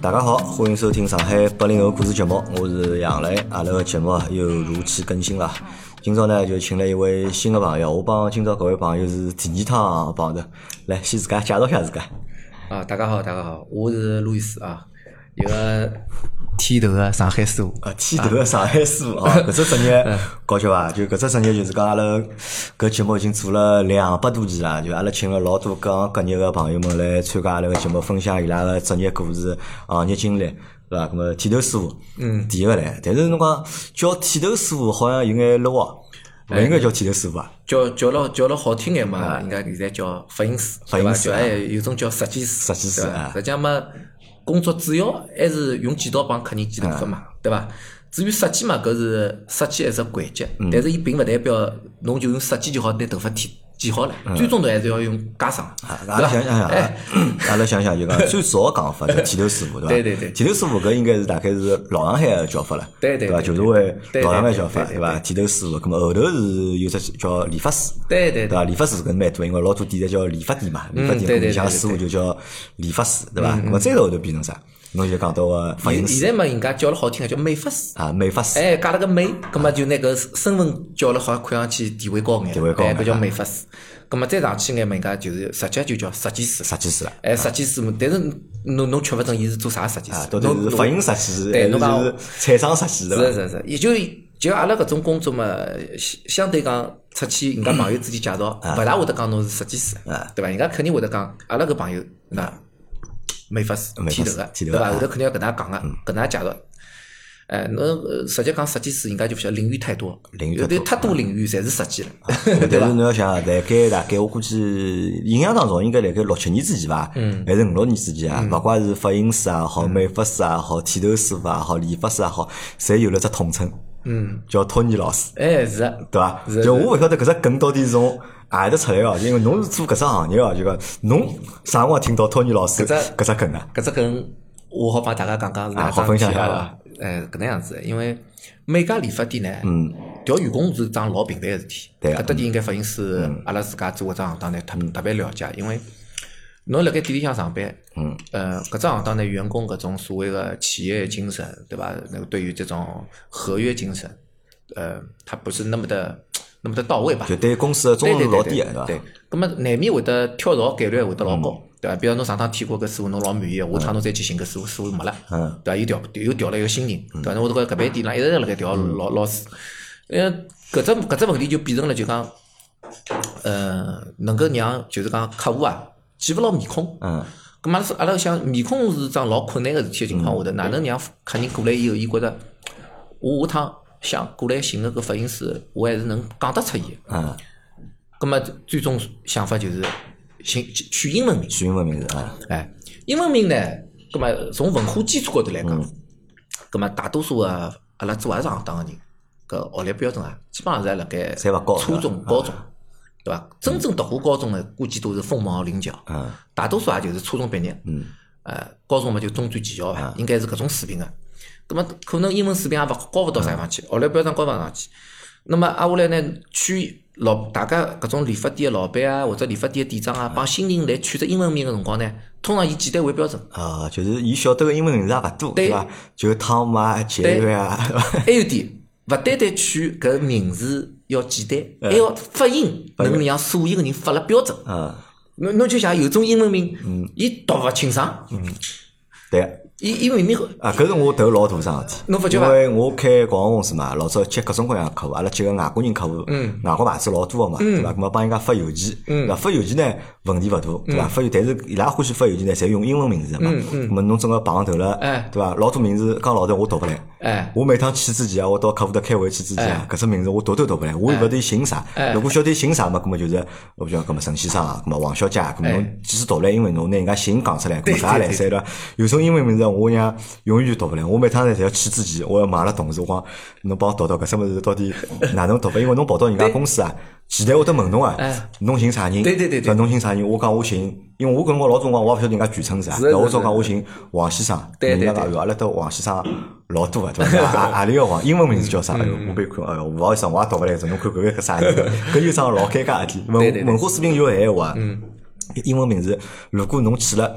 大家好，欢迎收听上海八零后故事节目，我是杨磊。阿拉个节目啊又如期更新了。今朝呢就请了一位新的朋友，我帮今朝搿位朋友是第二趟碰的。来，先自家介绍一下自家。啊，大家好，大家好，我是路易斯啊，一个剃头个上海师傅，啊，剃头的上海师傅啊，搿只职业高级伐？就搿只职业就是讲阿拉搿节目已经做了两百多期了，就阿拉请了老多各行各业的朋友们来参加阿拉个节目，分享伊拉个职业故事、行业经历，是伐？搿么剃头师傅，嗯，第一个来，但是侬讲叫剃头师傅好像有眼 low 啊，勿应该叫剃头师傅啊，叫叫了叫了好听眼嘛，应该现在叫发型师，发对伐？型师就啊还有有种叫设计师，设计师对伐啊实际上嘛，工作主要还是用剪刀帮客人剪头发嘛，对伐？至于设计嘛，搿是设计一只环节，但是伊并勿代表侬就用设计就好拿头发剃剪好了，最终头还是要用嗯加上，啊对阿拉伐想想想，？哎，阿拉想想就讲最早的讲法是剃头师傅对伐？ 对对对剃头师傅搿应该是大概是老上海的叫法了，对对伐？对旧社会对对老上海叫法对对对伐？剃头师傅，葛末后头是有只叫理发师。对对对对伐？理发师搿蛮多，因为老多店侪叫理发店嘛，理嗯发店对对里向个对对嗯师傅就叫理发师，对伐？咾么再到后头变成啥？侬就讲到个发型现师现在嘛，人家叫了好听个叫美发师。啊，美发师。哎，加了个美，葛么就拿搿身份叫了好像看上去地位高眼，地位高眼啊哎，搿叫美发师。葛么再上去眼嘛，人家就是直接就叫设计师。设计师哎，设计师嘛，但是侬侬吃勿准伊是做啥设计啊师，，到底侬是发型设计，还对是侬就讲是彩妆设计，对伐是？是是，也就就阿拉搿种工作嘛，相相对讲出去，人家朋友之间介绍，嗯勿大会得讲侬是设计师啊，对伐？人家肯定会得讲阿拉搿朋友那嗯美发师美发师剃头个，剃对头的伐？啊后头肯定要搿能介讲个，搿能介介绍。哎，侬呃直接讲设计师，人家就勿晓得领域太多，领域太有多嗯的太多领域侪是设计了， 对但伐是？侬要想，啊大概大概我估计印象当中应该辣盖六七年之前伐，还是五六年之前啊，勿怪是发型师也好，美发师也好，剃头师傅也啊好，理发师也好，侪有了只统称，嗯，叫托尼老师，哎，是啊，对伐？是就我勿晓得搿只梗到底是从何里搭出来哦个，因为侬是做搿只行业哦个，就讲侬啥辰光听到托尼老师搿只搿只梗啊？搿只梗我好帮大家讲讲是啊哪好桩分事享体一下啊？哎，搿能样子，因为每家理发店呢，嗯，调员工是桩老平淡个事体。对啊嗯搿搭点应该发型师阿拉自家做搿只行当呢，特特别了解，因为侬辣盖店里向上班，嗯，呃，搿只行当呢，员工搿种所谓个企业精神，对伐？那个对于这种合约精神，呃，他不是那么的那么的到位吧？就对公司个忠对诚对度老对低对个，对伐？对，咁么难免会得跳槽概率会得老高，对伐？比如侬上趟剃过搿师傅，侬老满意，下趟侬再去寻搿师傅，师傅没了，嗯对伐？又调又调了一个新人，对伐？侬会得觉得搿爿店浪一直辣盖调老老师，呃，搿只搿只问题就变成了就讲，呃，能够让就是讲客户啊见勿牢面孔，嗯，咁嘛，阿拉想面孔是桩老困难个事体个情况下头，哪能让客人过来以后，伊觉着我下趟想过来寻个搿发型师，我还是能讲得出伊个。嗯，咁么最终想法就是寻取英文名，取英文名字啊，哎，英文名呢，咁么从文化基础高头来讲，嗯咁么大多数个阿拉做阿拉行当个人，搿学历标准啊，基本上是辣盖侪勿高啊嗯初中是、吧高中，对伐？真正读过高中个，估计都是锋芒领教，嗯大多数也就是初中毕业，嗯，呃，高中嘛就中专技校伐，应该是搿种水平个。葛么可能英文水平也勿高勿到啥地方去，学历标准高勿上去。那么挨下来呢，去老大家搿种理发店个老板啊，或者理发店个店长啊，帮新人来取只英文名个辰光呢，通常以简单为 标准，啊，就是伊晓得个英文名字也勿多，对对伐？就汤姆啊、杰瑞啊，对伐？还有点，勿单单取搿名字要简单，还要哎发音啊能让所有个人发了标准。嗯，侬侬就想有种英文名，伊读勿清爽，对。伊伊明明啊，搿是我头老大桩事体，侬发觉因伐为我开广告公司嘛，老早接各种各样的客户，阿拉接个外国人客户，嗯外国牌子老多个嘛，对伐？咾么帮人家发邮件，对伐？发邮件呢问题勿大，对嗯伐？发邮，但是伊拉欢喜发邮件呢，侪用英文名字的嘛，咾么侬整个碰头了哎，对伐？老多名字讲老实话我读勿来，哎我每趟去之前啊，我到客户搭开会去之前啊，搿只名字我读都读勿来，我也勿晓得伊姓啥。哎如果晓得伊姓啥嘛，搿么就是，我就讲搿么陈先生啊，搿么王小姐啊，搿么侬即使读来英文，侬拿人家姓讲出来，搿么啥也来塞了。有种英文名字我娘永远就读勿来，我每趟呢侪要去之前，我要问阿拉同事，我讲侬帮我读读搿只物事到底哪能读法？因为侬跑到人家公司啊，前台会得问侬啊，侬姓啥人？哎对对对对伐侬姓啥人？我讲我姓，因为我搿辰光老辰光我也勿晓得人家全称是啥，是那我是总是讲我姓王先生，对人对家对讲哎呦，阿拉搭王先生老 多啊，对伐？阿阿里个王英文名字叫啥？哎嗯呦，我被看，哎呦，勿好意思，我也读勿来，这侬看搿个搿啥人？搿又桩老尴尬个事体。对对嗯文对文化水平有限个话，英文名字如果侬起了。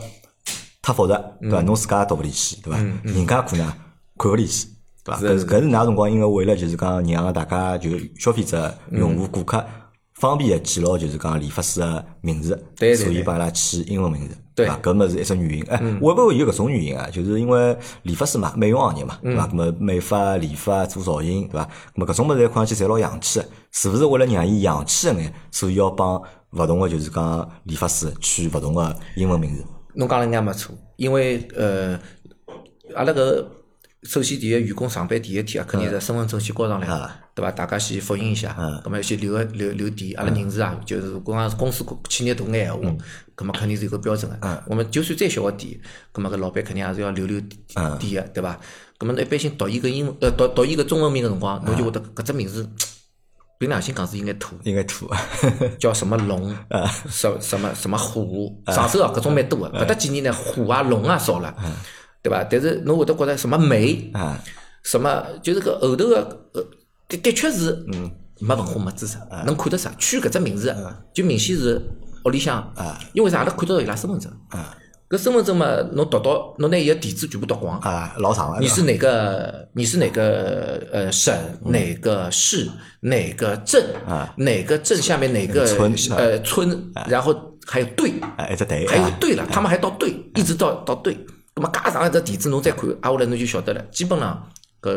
太复杂，嗯对伐？侬自家也读勿里去，对伐？人家可能看勿里去，对伐？搿是搿是㑚辰光应该为了就是讲让大家就消费者、嗯用户、顾客方便的记牢，就是讲理发师个名字，对对所以对帮伊拉起英文名字，对嗯伐？搿么是一只原因。哎，会不会有搿种原因啊？就是因为理发师嘛，美容行业嗯嘛，对伐？搿么美发、理发、做造型，对伐？搿么搿种物事看上去侪老洋气的，是勿是为了让伊洋气一眼，所以要帮勿同个就是讲理发师取勿同个英文名字？侬讲了应该没错，因为呃，阿拉搿首先第一，员工上班第一天啊，肯定是身份证先交上嗯来，对伐？大家先复印一下，咁么先留个留留底，阿拉人事啊，就是如果讲是公司企业大眼闲话，咁么肯定是有个标准个。我们就算再小个底，咁么搿老板肯定还是要留留底底个，对伐？咁么侬一般性读伊个英文呃读读伊个中文名个辰光，侬就会得搿只名字，凭良心讲是应该土。应该土，叫什么龙，什什么什么虎，上啊手啊，搿种蛮多个。搿搭几年呢，虎啊龙啊嗯少了，对伐？但是侬会得觉得什么梅，啊，什么就是搿后头个，呃的的确是，没文化没知识，能看得出取搿只名字，啊就明显是屋里向，因为啥？阿拉看得到伊拉身份证，啊搿身份证嘛，侬读到，侬拿伊个地址全部读光，啊，老长了。你是哪个？你是哪个呃省？嗯哪个市？哪个镇？哪个镇下面哪个啊村呃村？然后还有队，哎，一只队，还有啊队了，他们还到队，一直到到队。那么加上一只地址，侬再看，啊，下来侬就晓得了。基本上，搿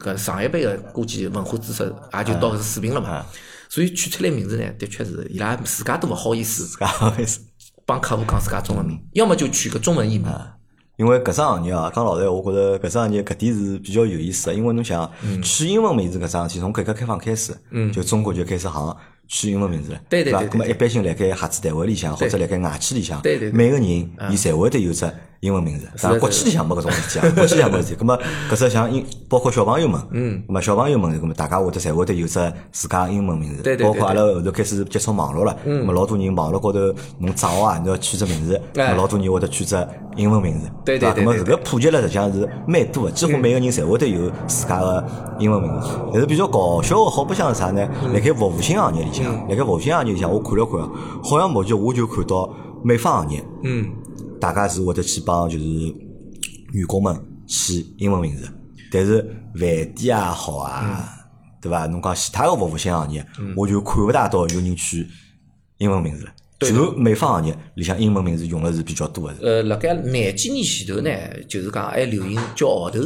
搿上一辈个估计文化知识也就到搿水平了啊嘛。所以取出来名字呢，的确是伊拉自家都勿好意思自家没事。帮客户讲自家中文名，要么就取个中文译名。啊因为搿只行业啊，讲老实闲话，我觉着搿只行业搿点是比较有意思的。因为侬想，嗯取英文名字搿只事体，从改革开放开始，就中国就开始行取英文名字了，对对伐？对对咾么一般性辣盖合资单位里向或者辣盖外企里向，对对对啊每个人伊侪会得有只英文名字，是伐？的国企里向没搿种事体啊，国企里向没事体。咾么搿只像英，包括小朋友们，嗯，咾么小朋友们，咾么大家会得侪会得有只自家英文名字，对对对嗯包括阿拉后头开始接触网络了，咾么老多人网络高头侬账号啊，侬要取只名字，哎咾么老多人会得取只英文名字，对对伐对咾么对搿个普及了，实际上是蛮多的，几乎每个人侪会得有自家的英文名字。但是比较搞笑的，好白相是啥呢？嗯辣盖服务性行业里向，辣盖服务性行业里向，我看了看啊，好像目前我就看到美发行业，嗯，大家是会得去帮就是员工们起英文名字，但是饭店也好嗯啊，对伐？侬讲其他的服务性行业，我就看勿大到有人取英文名字了。对就的美发行业里向英文名字用的是比较多的，是呃，辣盖廿几年前头呢，就是讲还流行叫号头、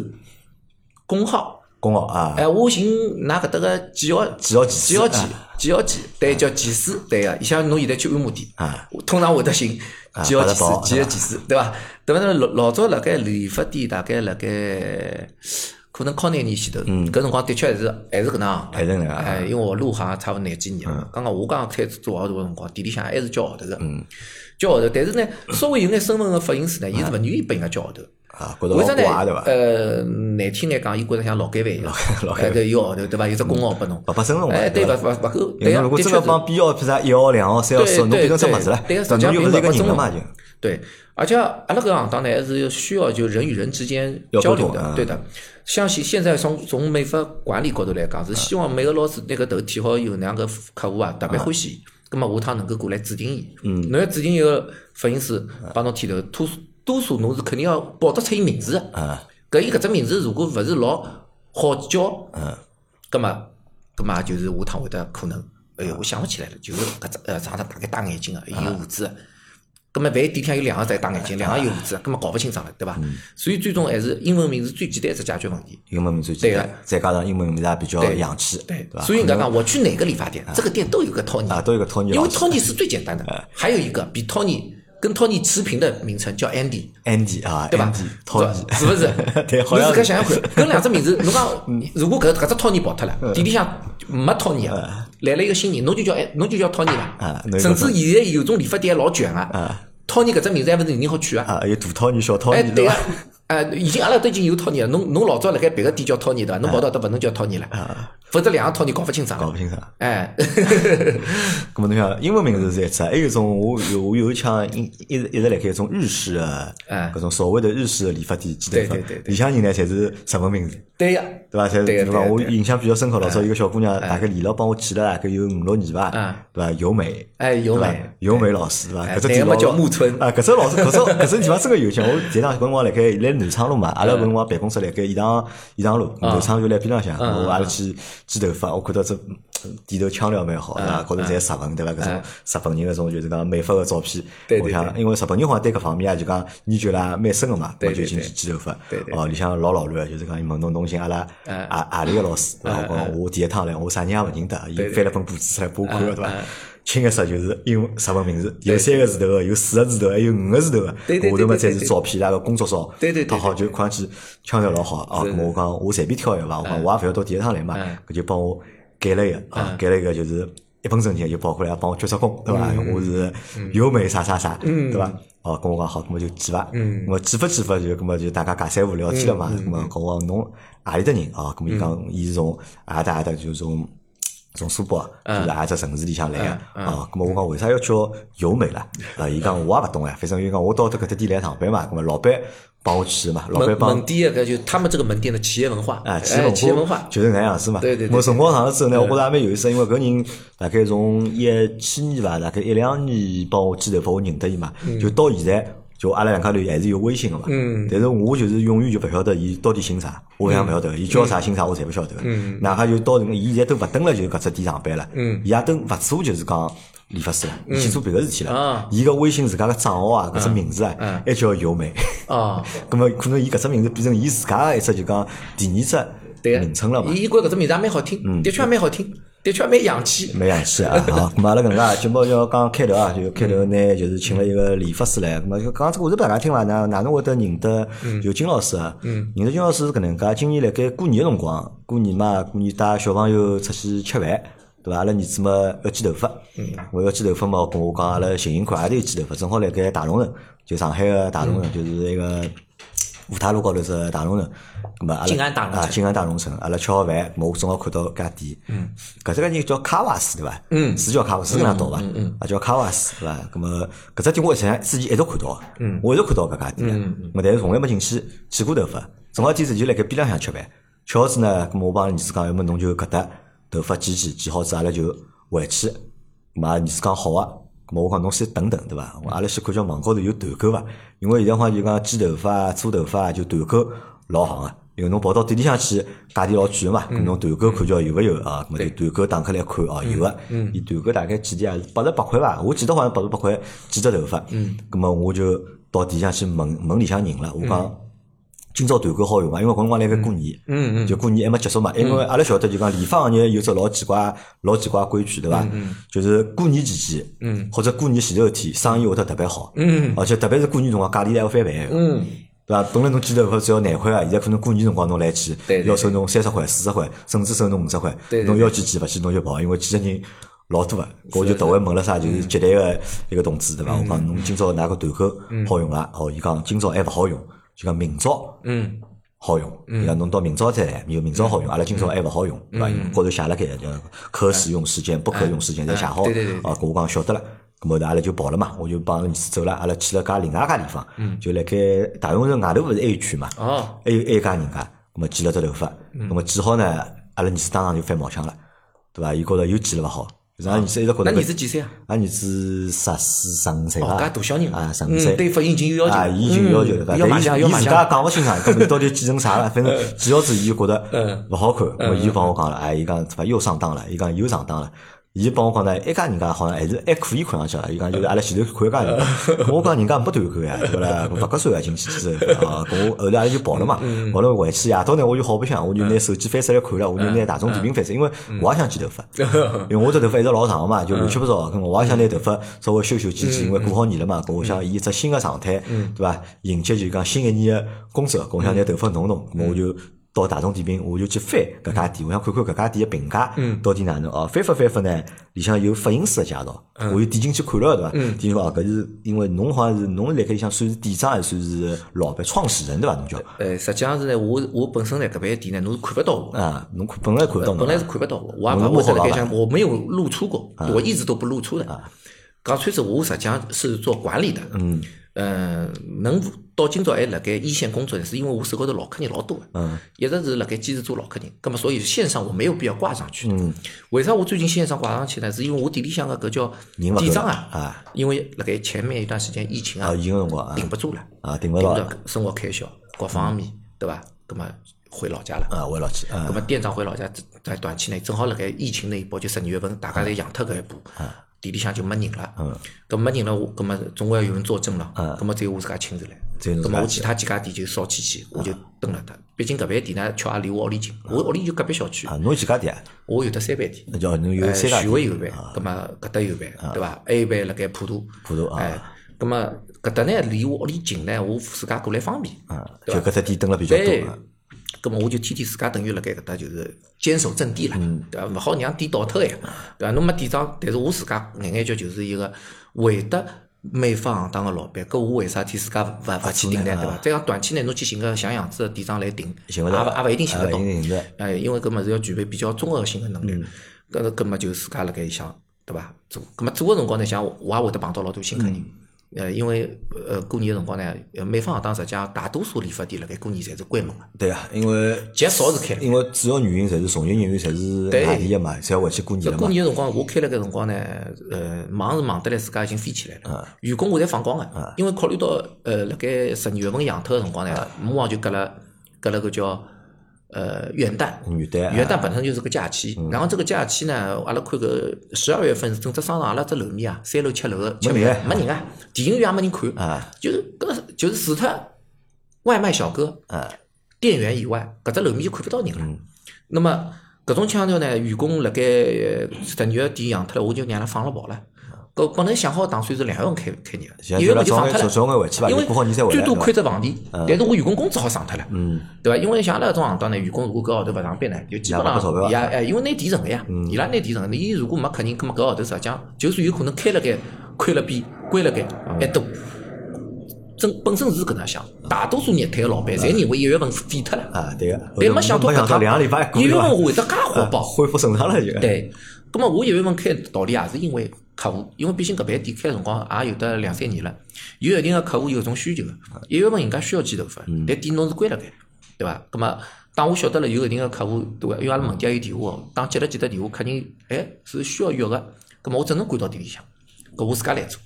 工号。工号啊。哎，我寻㑚搿搭个几号几啊号技师几号技几号技，对，叫技师，对个。像侬现在去按摩店啊，我通常会得寻几号八技师十啊八，几号技师，对伐？对伐？那么老老早辣盖理发店，大概辣盖可能靠廿年前头，搿辰光的确还是还是搿能样，嗯还是搿能啊嗯样哎，因为我路好像差勿多廿几年了。刚刚我刚刚开始做号头个辰光，店里向还是叫号头个，嗯叫号头。但是呢，稍微有眼身份个发型师呢，伊是勿愿意拨人家叫号头。啊，觉得为老啥怪对呢伐？？呃，难听眼讲，伊觉着像劳改犯一样，劳改哎，对，一个号头对伐？有只工号拨侬，勿拨尊重哎，了对对伐？伐勿勿够，因对为呀，如果的真确个是帮编号，譬如啥一号、两号、三号、对四号，侬变成只对物事了，对对实伐际上侬就并勿是一不个人了嘛，尊就重对，而且阿拉搿行当呢，还是需要就人与人之间要交沟流通的，啊对的。相信现在从从美发管理角度来讲，啊是希望每个老师拿搿头剃好以后，让搿客户啊特别欢喜伊，葛末下趟能够过来指定伊。嗯，侬要指定一个发型师啊帮侬剃头，多数多数侬是肯定要报得出伊名字的。啊，搿伊搿只名字如果勿是老好叫，嗯，葛末葛末就是下趟会得可能，哎哟，我想勿起来了，就是搿只呃长得大概戴眼镜个，伊嗯有胡子个，葛末万一店里向有两个在戴眼镜，两个有胡子个，葛末搞勿清爽了，对伐？嗯所以最终还是英文名字最简单一只解决问题。英文名最简对单个，再加上英文名字也比较对洋气，对伐？所以人家讲我去哪个理发店，这个店都有个 Tony 嗯啊，都有个托尼因老为师嗯 Tony 是最简单的，还有一个比 Tony 跟 Tony 持平的名称叫 Andy。 ，Andy 啊对吧，Andy 托尼，？是不是 对好侬像自家是想想看，搿两只名 字，侬讲如果搿搿只 Tony 跑脱嗯了，店里向没 Tony 啊，来了一个新人，侬就叫哎侬就叫 Tony 啊了侬。就甚叫至现在有种理发店也老卷啊，Tony 搿只名字还勿是人人好取啊。啊，有大托尼、小托哎，尼，对伐啊？，哎，已经阿拉都已经有 Tony 了，侬侬老早辣盖别个店叫 Tony 对伐？侬跑到搿搭勿能叫 Tony 了，否则两套你搞勿清爽。啊搞勿清爽。啊哎， 咁么侬想英文名字是一只，还有一种我有我有一腔一一直一直辣盖一种日式的，哎搿种所谓的日式的理发店鸡蛋对对对饭，对里向人呢侪是日文名字。对呀，对伐？才对对个伐？对个我对个哎印象比较深刻，老早一个小姑娘，大概连牢帮我去了大概有五六年嗯伐，对伐？尤美，哎尤美对伐尤美老师对伐？哎搿只那地个方么叫木村啊，搿只老师，搿只搿只地方真个有劲。我前趟搿辰光辣盖辣南昌路嘛，阿嗯拉搿辰光办公室辣盖宜堂宜堂路，南昌就辣边浪向，嗯我阿拉去剪头发，我看到这点头腔料蛮好，嗯啊对伐？高头侪日文对伐？搿种日本人搿种就是讲美发个照片对，对我想因为日本人好像对搿方面啊就讲研究啦蛮深个嘛，对我就对进对去剪头发对，对呃哦，里向老老乱，就是讲伊问侬侬寻阿拉阿阿里个老师，对伐？我讲我第一趟来，我啥人也勿认得，伊翻了本簿子出来拨我看个，对呃伐？清一色就是英文日文名字，有三个字头个，有四个字头，还有五个字头个，对对对下头嘛对才对是对照片啦个工作照，对对对拍好就看上去腔调老好啊。我讲我随便挑一个伐，我讲我也勿晓得第一趟来嘛嗯，搿就帮我改了一个啊，改了一个就是一本正经就跑过来帮我鞠只躬，对伐？我是优美啥啥啥，对伐？哦，跟我讲好，那么就记伐？嗯，我记伐记伐，就那么就大家尬三胡聊天了嘛。那么跟我讲侬何里搭人啊？那么伊讲伊是从阿搭阿搭就是从从苏北啊，就是阿只城市里向来个啊。那么我讲为啥要叫优美啦？啊，伊讲我也勿懂哎，反正伊讲我到搿搭店来上班嘛，那么老板帮我去的嘛，老板门帮门店个就他们这个门店的企业文化啊，哎企业文化企业文化，就是搿能样子嘛。对对对我辰光长了之后呢，我觉着也蛮有意思，因为搿人大概从一七年伐，大概一两年帮我剪头发，我认得伊嘛，嗯就到现在。就阿拉两家头还是有微信个嘛，但是我就是永远就勿晓得伊到底姓啥，我也勿晓嗯得，伊叫啥姓啥我侪勿晓得。哪怕就到辰光，伊现在都勿蹲了，就搿只店上班了，嗯伊也都勿做就是讲理发师了，伊去做别个事体了啊。嗯伊个微信自家个账号啊，搿只名字啊，还叫尤美。 啊，咁么可能伊搿只名字变成伊自家个一只就讲第二对只啊个名称了嘛，嗯伊伊觉得搿只名字也蛮好听，的确也蛮好听，的确也蛮洋气。蛮洋气啊！好，咁么阿拉搿能介节目要讲开头啊，就开头呢就是请了一个理发师来，咁么啊就讲这个故事拨大家听伐？哪哪能会得认得就金老师啊？认得金老师是搿能介，今年辣盖过年个辰光，过年嘛，过年带小朋友出去吃饭。对伐？阿拉儿子嘛要剪头发，我要剪头发嘛，我跟我讲阿拉寻寻看，阿拉有剪头发，正好辣盖大龙城，就上海个大龙城，就是那个五塔路高头只大龙城，咁么阿拉静安大龙城啊静安大龙城，阿拉吃好饭，咾我正好看到搿家店，搿只个人叫卡瓦斯对伐？嗯，是叫卡瓦斯是搿能读伐？啊叫卡瓦斯对伐？咾么搿只店我实际上之前一直看到，嗯，我一直看到搿家店，嗯，我但是从来没进去剪过头发，正好一天是就辣盖边浪向吃饭，吃好子呢，咾么我帮儿子讲，哎要么侬就搿搭头发剪剪，剪好子阿拉就回去，嘛儿子讲好啊。咁我讲侬先等等，对伐？我阿拉先看叫网高头有团购伐？因为现在好像就讲剪头发、做头发啊就团购老行个，因为侬跑到店里向去，价钿老贵个嘛，咁侬团购看叫有勿有啊？咁么就团购打开来看哦，有个，伊团购大概几钿啊？八十八块伐？我记得好像八十八块几只头发，嗯，咁么我就到店里向去问问里向人了，我讲。今朝团购好用啊，因为搿辰光辣盖过年，嗯嗯，就过年还没结束嘛，因为阿拉晓得就讲理发行业有只老奇怪、老奇怪规矩，对伐？就是过年期间，嗯，或者过年前头天，生意会得特别好，嗯，而且特别是过年辰光，价钿还会翻倍，嗯，对伐？本来侬剪头发只要廿块啊，现在可能过年辰光侬来去对，对要收侬三十块、四十块，甚至收侬五十块对，对啊侬要去剪勿去侬就跑，因为几个人。老多个，啊搿我就特会问了啥，嗯就是接待个一个同志对伐？我讲侬今朝哪个团购好用啦？哦，伊讲今朝还勿好用，就讲明朝嗯，嗯好用，伊讲侬到明朝再来，有明朝好用，阿拉今朝还勿好用，对伐？因为高头写了盖叫可使用时间、不可用时间侪写好，对对对对啊，搿我讲晓得了。咁后头阿拉就跑了嘛，我就帮儿子走了，阿拉去了家另外一家地方，就辣盖大运城外头勿是还有一区嘛，嗯哦，还嗯有还有一家人家，咁么剪了只头发，咁么剪好呢，阿拉儿子当场就翻毛腔了，对伐？伊觉着又剪了勿好，就是阿拉儿子一直觉着。那你是几岁啊？俺儿子十四、十五岁哦，伐？搿大小人啊，十五岁嗯，。对发型已经有要求啊，了，伊就要求对伐？嗯要但买伊相要嗯伊买自家相，讲勿清爽，搿么到底剪成啥了？反正剪好子伊就觉嗯得勿好看，咾么伊就帮我讲了，哎，伊讲对伐？又上当了，伊讲又上当了。伊帮我讲呢，一家人家好像还是还可以看上去啊。伊讲就是阿拉前头看一家 人家，我讲人家没团购呀，对勿啦？勿合算啊，进去之后啊，搿我后头阿拉就跑了嘛，嗯跑了回去夜到呢，我就好白相，我就拿手机翻出来看了，我就拿大众点评翻出来，因为嗯我也想剪头发，因为我这头发一直老长个嘛，就乱七八糟。咁啊我也想拿头发稍微修修剪剪，因为过好年了嘛，咁我想以一只新个状态，对伐？迎接就讲新一年个工作，咁我想拿头发弄弄，咁我就到大众点评，我就去翻搿家店，我想看看搿家店的评价到底哪能哦。翻翻翻翻呢，里向有发型师的介绍，我就点进去看了，对伐？点进去哦，搿是因为侬好像是侬辣盖里向算是店长还是算是老板创始人对伐？侬叫呃，实际上是呢，我我本身在搿爿店呢，侬是看勿到我，啊，侬看本来看勿到侬本来是啊，看勿到我，我也侬是把我幕后在老搿板嗯讲，我没有露出过，我一直都不露出的。讲穿着，我实际上是做管理的。嗯，呃，能到今朝还辣盖一线工作呢，是因为我手高头老客人老多的，嗯，一直是辣盖坚持做老客人。葛么，所以线上我没有必要挂上去。嗯，为啥我最近线上挂上去呢？是因为我店里向个搿叫人勿够店长啊啊，因为辣盖前面一段时间疫情啊啊，，有辰光啊顶不住了，啊，顶顶勿不牢住生活开销各方嗯面，对伐？葛么回老家了。啊，回老去啊那么店长回老家在在短期内正好辣盖疫情那一波，就十二月份，大家侪养脱搿一波，嗯店里向就没人了。嗯，搿没人了，我搿么总归要有人坐镇了。嗯，搿么只有我自家亲自来。只有侬自搿么家嗯我其他几家店就少去去，我就蹲了它。毕竟搿爿店呢，巧也离我屋里近，我屋里就隔壁小区啊，，侬有几家店啊？我有得三爿店。那叫侬有呃，三家徐汇店嗯有一爿，葛么搿搭有一爿，对伐？还有一爿辣盖普陀，普陀啊哎，葛么搿搭呢离我屋里近呢，我自家过来方便，啊，就对伐？搿只店蹲了比较对多啊，，葛哎么我就天天自家等于辣盖搿搭就是坚守阵地了，嗯对伐？勿好让店倒脱呀，对伐？侬没店长，但是我自家眼眼叫就是一个会得。美方行当个老板，搿我为啥体自家勿勿去顶呢？对伐？再讲短期内侬去寻个像样子个店长来顶，也啊寻勿勿到也勿一定寻啊得到一。定寻勿到哎，因为搿么是要具备比较综合性个能力，搿搿么就自家辣盖里向，对伐？做，搿么做个辰光呢，像我我也会得碰到老多新客人。呃，因为呃过年个辰光呢，呃美方行当实际上大多数理发店辣盖过年侪是关门个，对啊，因为极少是开。因为主要原因侪是从业人员侪是对外地的嘛，侪要回去过年了过嘛，年个辰光，我开了搿辰光呢，呃，忙是忙得来，自家已经飞起来了。员工我侪放光个，因为考虑到呃辣盖十二月份养脱个辰光呢，马上就隔了隔了个叫呃元旦，元旦啊元旦本身就是个假期，嗯然后这个假期呢，阿拉看个十二月份整只商场阿拉只楼面啊，三楼七楼个，没人没人啊，电影院也没人看啊，就是搿个就是除脱外卖小哥啊嗯店员以外，搿只楼面就看勿到人了。那么搿种腔调呢，员工辣盖呃十二月底养脱了，我就让他放了跑了。搿本来想好打算是两月份开开业啊现在的，一就月拉份就早放眼脱早早眼回去吧，了。嗯因为过好年再回最来多对亏伐？只房钿，但是我员工工资好省脱了，对伐？因为像阿拉搿种行当呢，员工如果搿号头勿上班呢，就基本也勿拨钞票上也哎，因为拿提成个呀，嗯伊拉拿提成的，伊如果没客人，葛末搿号头实际上就算有可能开了该亏了比关了该嗯还多。真本身是搿能想，大多数业态个老板侪认为一月份废脱了，啊，对个，但没想到没搿想到两个礼拜趟过一去月了份会得介火爆，恢复正常了就。对，咁么我一月份开道理也是因为客户，因为毕竟搿爿店开的辰光也有得两三年了，有一定个客户有一种需求个，一月份人家需要剪头发，但店侬是关了盖，对伐？咁么当我晓得了有一定个客户，对伐？因为阿拉门店也有电话哦，当接了几只电话，客人哎是需要约个，咁啊么我只能关到店里向，搿我自家来做。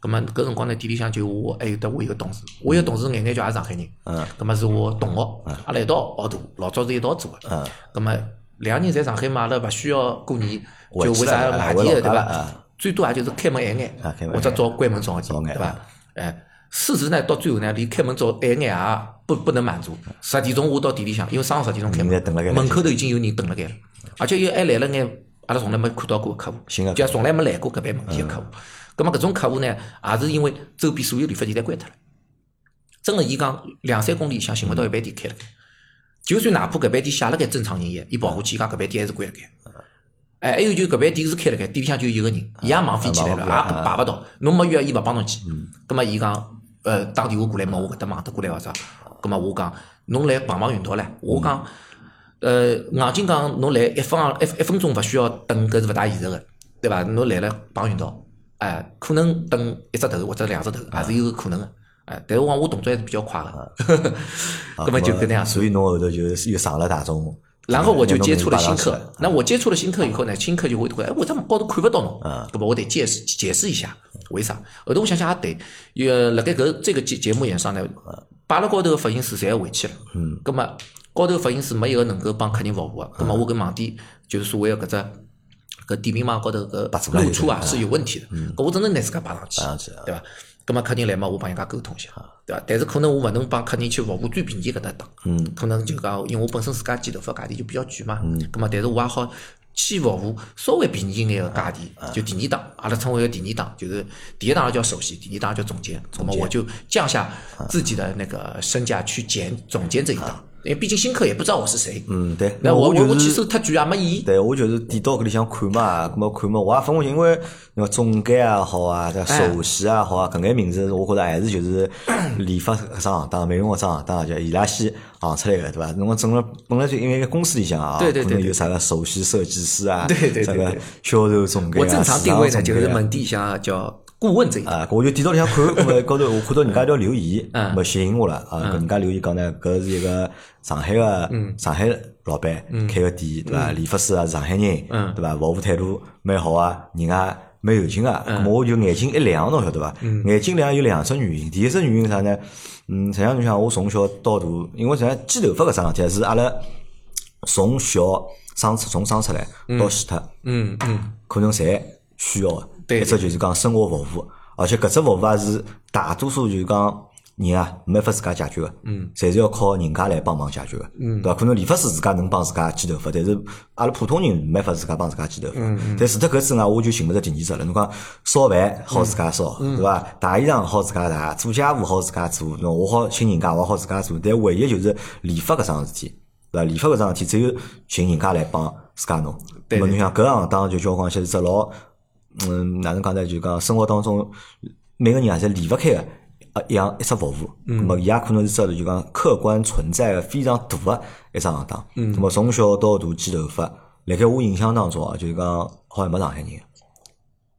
咁么搿辰光呢，店里向就我还有得我一个同事，我一个同事眼眼叫也上海人，嗯，咁啊么是我同学，阿拉一道学大，老早是一道做个，嗯，咁么两个人在上海嘛，阿拉勿需要过年回就去为啥了要哎买回老店个对家了伐啊？最多也就是开门晚眼啊开门，或者早关门早一早点，眼对伐？哎，事实呢，到最后呢，连开门早晚眼也不不能满足。十点钟我到店里向，因为上午十点钟开人在等辣盖嗯门，门口头已经有人等辣盖了，而且有还来了眼阿拉从来没看到过个客户，新的就从来没来过搿爿门店个客户。葛么搿种客户呢，也是因为周边所有理发店侪关脱了。真个，伊讲两三公里里向寻勿到一爿店开了盖，就算哪怕搿爿店写了盖正常营业，伊跑过去伊讲搿爿店还是关了盖。嗯哎，还有就搿爿店是开了盖，店里向就一个人，伊也忙飞起来了，忙不也排勿到，侬没约伊勿帮侬去。嗯葛末伊讲，呃，打电话过来问我搿搭忙得过来伐啥？葛末我讲，侬来碰碰运道唻。我嗯讲，呃，硬劲讲侬来一分啊一一分钟勿需要等，搿是勿大现实个，对伐？侬来了碰运道，哎，可能等一只头或者两只头，也是有可能个。哎，但是我讲我动作还是比较快个， 啊，葛末就搿能样子。所以侬后头就是又上了大众，然后我哎就接触了新新客，那我接触了新客以后呢，新客就会说，哎，我怎么高头看不到侬？嗯那么我得解释解释一下，为啥？后头我想想也对，呃，辣盖搿这个节节目演上呢，摆辣高头个发型师侪回去了，嗯，葛么高头发型师没一个能够帮客人服务嗯个，葛么我跟网店就是所谓个搿只搿店面网高头白做搿了露就出啊是是有问题的，搿我只能拿自家摆上嗯去摆，上去啊对伐？葛么客人来嘛，我帮人家沟通一下，啊对伐？但是可能我勿能帮客人去服务最便宜搿搭档，嗯，可能就讲，因为我本身自家剪头发价钿就比较贵嘛，嗯，葛么但是我也好去服务稍微便宜一眼个价啊钿，就第二档，阿拉称为个第二档，就是第一档叫首席，第啊二档叫总监，那么我就降下自己的那个身价去减总监这一档，因为毕竟新客也不知道我是谁。嗯，对。那我我就我去是搜太贵也没意义。对，我就是点到搿里向看嘛，咁么看嘛，我也分勿清，因为那个总监也好啊，对吧哎首席也好啊，搿眼名字，我觉着还是就是 理发搿只行当、美容搿只行当，就伊拉先行出来个，对伐？侬讲整了本来就因为一个公司里向啊，对对可对能对有啥个首席设计师啊，对对对啥对个对销售总监我啊，正常市定场位呢，总就监是啊门店向叫顾问这一啊，搿我就点到里向看， 搿么高头我看到人家一条留言，嗯嗯么吸引我了啊！搿人家留言讲呢，搿是一个上海个上海老板开个店，对伐？理发师啊，上海人，嗯对伐？服务态度蛮好啊，人也蛮有劲啊。嗯咾么我就眼睛一亮，侬晓得伐？眼睛亮有两只原因，第一只原因是啥呢？嗯，实际上侬想，我从小到大，因为实际上剪头发搿桩事体是阿拉从小生出从生出来到死脱。嗯嗯，可能侪需要的，对一只就是讲生活服务，而且搿只服务也是大多数就是讲人啊没办法自家解决个，嗯，侪是要靠人家来帮忙解决个，嗯，对伐？可能理发师自家能帮自家剪头发，但是阿拉普通人没法自家帮自家剪头发。嗯但除脱搿之外，我就寻勿着第二只了。侬讲烧饭好自家烧，嗯对伐？洗衣裳好自家洗，做家务好自家做，喏，我好请人家，我好自家做，但唯一就是理发搿桩事体。对伐？呃理发搿桩事体只有寻人家来帮自家弄。对咾对侬想搿行当就叫讲起来是只老，嗯，哪能讲呢？就讲生活当中每个人也是离勿开个呃一样一只服务。嗯。么伊也可能是只就讲客观存在个非常大个一只行当。嗯。么从小到大剪头发，辣盖我印象当中啊，就是讲好像没上海人。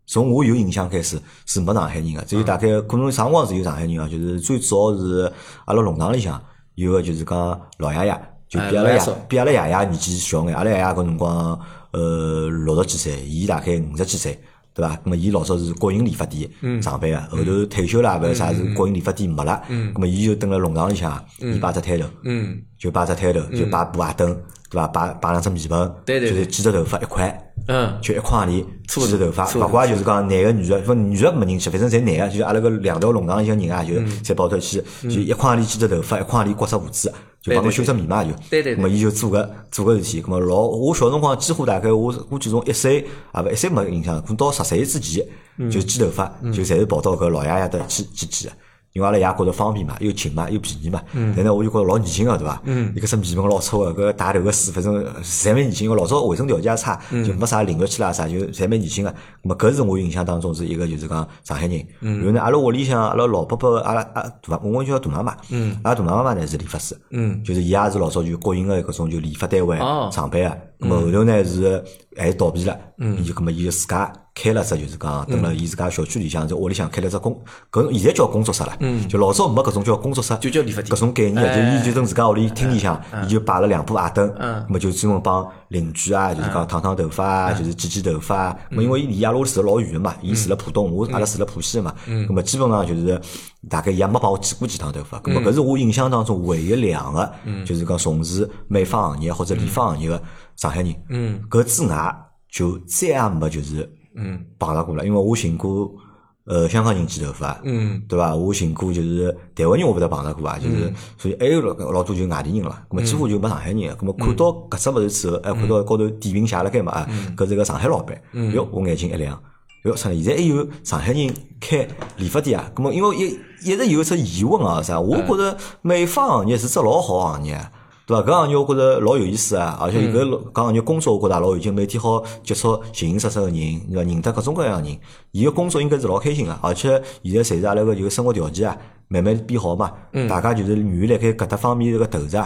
从我有印象开始是没上海人个，嗯只有大概可能啥辰光是有上海人啊，就是最早是阿拉弄堂里向有个就是讲老爷爷，就比阿拉哎老爷爷叔比阿拉爷爷年纪小眼，阿拉爷爷搿辰光呃六十几岁，伊大概五十几岁。对伐？那么伊老早是国营理发店嗯上班个，后头退休了，勿晓得啥是国营理发店没了。那么伊就蹲辣弄堂里向，伊摆只摊头，嗯，就摆只摊头，就摆布鞋凳，对伐？摆摆两只面盆，对对就是对剪只头发一块，嗯就一筐里搓剪头发，搓勿怪就是讲男个女个，不女个没人去，反正侪男个，就是阿拉搿两条弄堂里向人啊，就是嗯侪跑脱去，就一筐里剪只头发，一筐里刮只胡子，啊就帮侬修只面嘛就。对对对咾么伊就做个做个事体，咾么老我小辰光几乎大概我估计从一岁啊勿一岁没印象，可能到十岁之前嗯就剪头发，就侪是跑到搿老爷爷搭去去剪个。因为阿拉爷觉着方便嘛，又近嘛，又便宜嘛。嗯但呢，我就觉着老年轻啊个，对伐？伊搿只面盆老粗啊个，搿汏头个水，反正侪蛮年轻个。老早卫生条件也差，就没啥淋浴器啦啥，就侪蛮年轻个。咾么搿是我印象当中是一个就是讲上海人。然后呢，阿拉屋里向阿拉老伯伯阿拉阿大我们叫大妈妈，阿拉大妈妈呢是理发师，就是伊也是老早就国营个搿种就理发单位哦上班个。咾么后头呢是还倒闭了，伊就搿么伊就自家开了只就是讲，等了伊自家小区里向在屋里向开了只工，搿现在叫工作室了，就老早没搿种叫工作室，就叫理发店哎搿种概念，就伊就等自家屋里厅里向，伊就摆了两把鞋凳，嗯咾么就专门帮邻居啊，就是讲烫烫头发啊，就是剪剪头发啊，咾嗯么因为伊离阿拉屋里住得老远嘛，伊住辣浦东，我阿拉住辣浦西嘛，嗯咾么基本上就是大概伊也没帮我剪过几趟头发，咾么搿是我印象当中唯一两个，嗯就是讲从事美发行业或者理发行业个上海人，嗯，搿之外就再也没就是嗯碰着过了，因为我寻过呃香港人剪头发，嗯，对伐？我寻过就是台湾人，我勿得碰着过啊，就是所以还有老老多就是外地人了，咁么几乎就没上海人了。咁么啊看到搿只物事之后，还呃看到高头点评写了盖嘛啊，搿是一个上海老板，哟，我眼睛一亮。哟，啥？现在还有上海人开理发店啊？咁么，因为一一直有一只疑问啊，啥？我觉着美发行业是只老好行业啊，对伐？搿行业我觉着老有意思啊，而且搿老搿行业工作我觉着也老有劲，每天好接触形形色色个人，对伐？认得各种各样个人，伊个工作应该是老开心个，而且现在随着阿拉个就生活条件啊，慢慢变好嘛，大家就是愿意辣盖搿搭方面这个投资啊，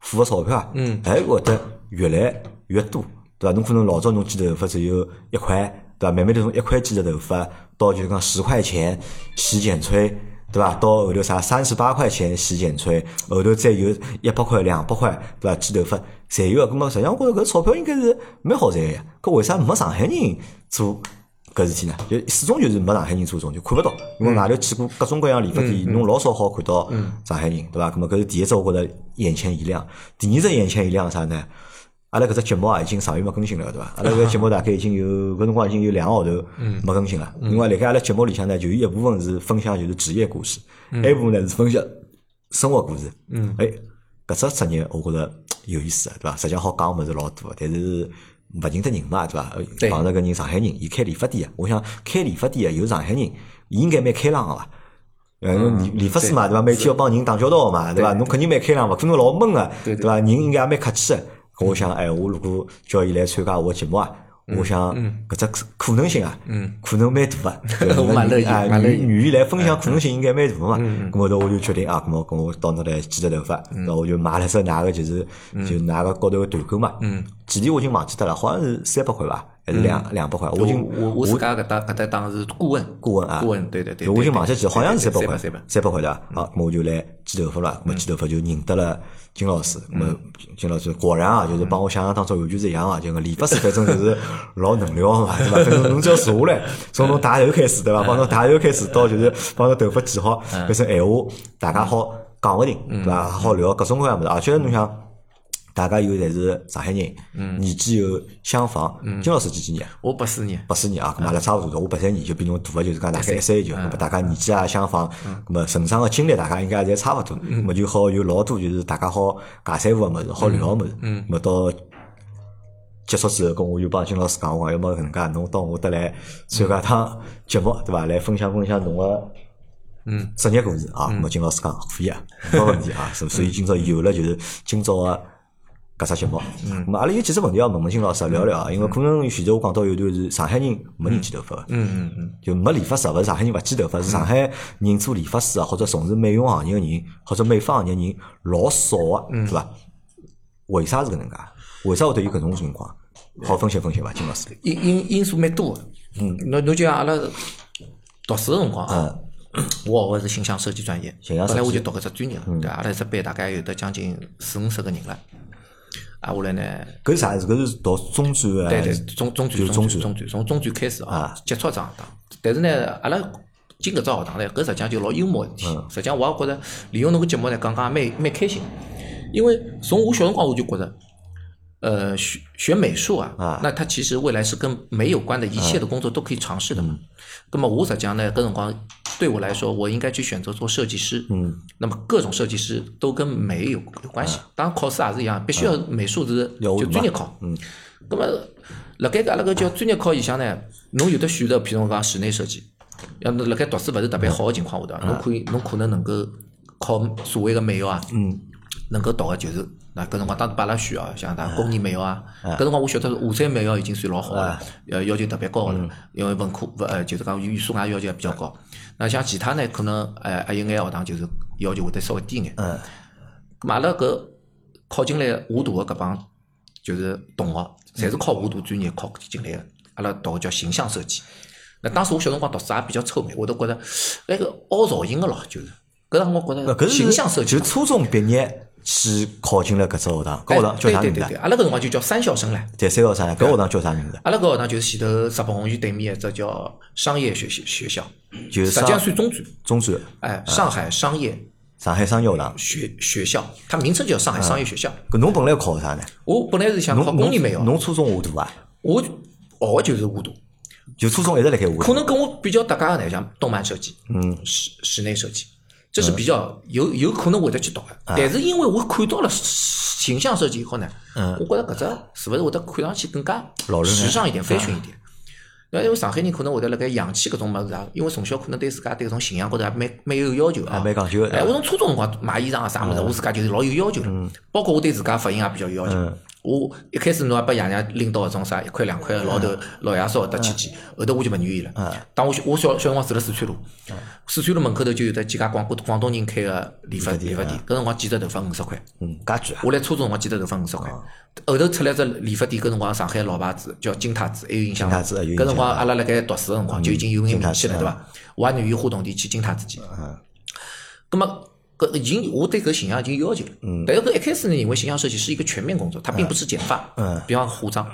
付个钞票啊，还会得越来越多，对伐？侬可能老早侬剪头发只有一块，对伐？慢慢的从一块剪的头发到就是讲十块钱洗剪吹。对伐？到后头啥三十八块钱洗剪吹，后头再有一百块、两百块，对伐？剪头发侪有个。咁么实际上，我觉着搿钞票应该是蛮好赚个呀。搿为啥没上海人做搿事体呢？就始终就是没上海人做种，就看勿到。因为外头去过各种各样理发店，侬老少好看到上海人，对伐？咁么搿是第一只，我觉着眼前一亮。第二只眼前一亮是啥呢？阿拉搿只节目啊，已经上月没更新了，对伐？阿拉搿节目大概已经有搿辰光已经有两个号头没更新了。另外，辣盖阿拉节目里向呢，就有一部分是分享就是职业故事，还有一部分呢是分享生活故事。嗯，哎，搿只职业我觉着有意思啊，对伐？实际上好讲物事老多，但是勿认得人嘛，对伐？对碰着搿人上海人，伊开理发店啊，我想开理发店啊，有上海人，伊应该蛮开朗个伐？呃，理理发师嘛，对伐？每天要帮人打交道嘛，对伐？侬肯定蛮开朗，勿可能老闷个，对伐？人应该也蛮客气个。搿我想，哎，我如果叫伊来参加我个节目啊，嗯我想搿只可能性啊，可能蛮大个。 我蛮乐意啊，蛮乐意哎嗯愿愿意来分享可能性应该蛮大嘛。咾后头我就决定啊，咾么咾我到那来剪只头发，咾我就买了只哪个就是嗯就哪个高头个团购嘛。具体我已经忘记脱了，好像是三百块伐，还是嗯两两百块？我已经我我自家搿搭搿搭档是顾问，顾问啊顾问，对对对，我已经忘记记记，好像是嗯三三百块三百，，三百块对伐？好，咾我就来剪头发了，咾么剪头发就认得了金老师，咾嗯么金老师果然啊，就是帮我想象当中完全是一样啊，就个理发师反正就是老能聊嘛，对伐？反正侬只要坐下来，从侬洗头开始嗯对伐？帮侬洗头开始到就是帮侬头发剪好，反正闲话大家好讲勿停嗯对伐？好聊各种各样物事，而且侬想。大家又侪是上海人，嗯年纪又相仿。金老师几几年啊？我八四年，八四年啊，咁阿拉差勿多的，我八三年就比侬大个，就是讲大概嗯一岁就，咁啊大家年纪也相仿，咁么成长个经历大家应该侪差勿多，咁么就好有老多就是大家好尬三胡个物事，好聊个物事，咁么到结束之后，跟我又帮金老师讲，我讲要么搿能介，侬到我搭来参加趟节目，对伐？来分享分享侬个。嗯，职业故事啊，咁么金老师讲可以 啊，没问题啊，所所以今朝有了就是今朝个搿只节目，嗯咁么阿拉有几只问题要问问金老师聊聊啊，因为可能前头我讲到有段是上海人没人剪头发个，嗯嗯嗯，就没理发师，勿是上海人勿剪头发，是上海人做理发师啊，或者从事美容行业个人，或者美发行业人老少个，嗯对伐？为啥是搿能介？为啥会得有搿种情况？好分析分析伐，金老师。因因因素蛮多个。嗯，侬侬就像阿拉读书个辰光啊，我学个是形象设计专业，嗯形本象设计嗯来我就读搿只专业了，对伐，阿拉只班大概有得将近四五十个人了。啊，下来呢，搿是啥？搿是读中专啊？对对，中中就转是中专中转中转，从中转开始啊啊，接触这行当。但是呢，阿拉进搿只学堂呢，搿实际上就老幽默个事体。嗯实际上我也觉着利用侬个节目呢，讲讲也蛮蛮开心。因为从我小辰光我就觉着，呃，学学美术啊，啊那它其实未来是跟美有关的一切的工作都可以尝试的嘛。那么我实际上呢，搿辰光对我来说，我应该去选择做设计师。嗯，那么各种设计师都跟美有有关系。当然考试也是一样，必须要美术是要就嘛专业考。嗯，那么辣盖搿阿拉搿叫专业考里向呢，侬有的选择，譬如讲室内设计，要侬辣盖读书勿是特别好个情况下头，侬可以侬可能能够考所谓个美校啊，嗯，能够读个就是。那搿辰光当时把阿拉选啊，像㑚工艺美校啊，嗯搿辰光我晓得华山美校已经算老好了，呃要求特别高个了，嗯因为文科勿呃就是讲语数外要求也比较高。那像其他呢，可能呃还有眼学堂就是要求会得稍微低眼。嗯，咁阿拉搿考进来华大个搿帮就是同学，侪是靠华大专业考进来个。阿拉读个叫形象设计。那当时我小辰光读书也比较臭美，我都觉着那个凹造型个咯，就是搿辰光我觉那呃搿着是形象设计就初中毕业去考进了搿只学堂，搿哎学堂叫对啥对名字对啊？对，阿拉搿辰光就叫三校生唻。第三个啥呀？搿学堂叫啥名字啊？阿拉搿学堂就是前头日本红院对面一只叫商业学习学校，就实是际上上算中专。中专，哎，上海商业上海商业学堂。学学校，它名称叫上海商业学校。搿侬本来考啥呢？我本哦来是想侬考工艺美校侬，侬初中华大啊？啊我学的就是华大。就初中一直辣盖华可大。能跟我比较搭嘎的呢，像动漫设计，嗯，室室内设计，这是嗯比较有有可能会得去读的。啊但是因为我看到了形象设计以后呢，嗯，我觉得搿只是勿是会得看上去更加老人眼哎啊时尚一点、fashion 一点。那因为上海人可能会得辣盖洋气搿种物事啊，因为从小可能对自家对搿种形象高头还蛮蛮有要求啊，啊蛮讲究的哎，我从初中辰光买衣裳啊啥嗯物事，我自家就是老有要求了，包括我对自家发型也比较有要嗯求。我一开始侬也把爷娘拎到搿种啥一块两块的老头嗯老爷烧得去去，后头我就勿愿意了。当我小我小小辰光住辣四川路，嗯四川路门口头就有得几家广广东人开个理发理发店，搿辰光剪只头发五十块。嗯，介句啊？我来初中辰光剪只头发五十块，嗯后头出来只理发店，搿辰光上海老牌子叫金泰子，还有印象伐？金泰子有印搿象辰光阿拉辣盖读书个辰光就已嗯经有眼名气了，对伐？我也愿意花铜钿去金泰子剪。嗯。葛么搿已经我对搿形象已经有要求了。嗯。但是搿一开始呢，因为形象设计是一个全面工作，它并不是剪发，嗯，比方化 妆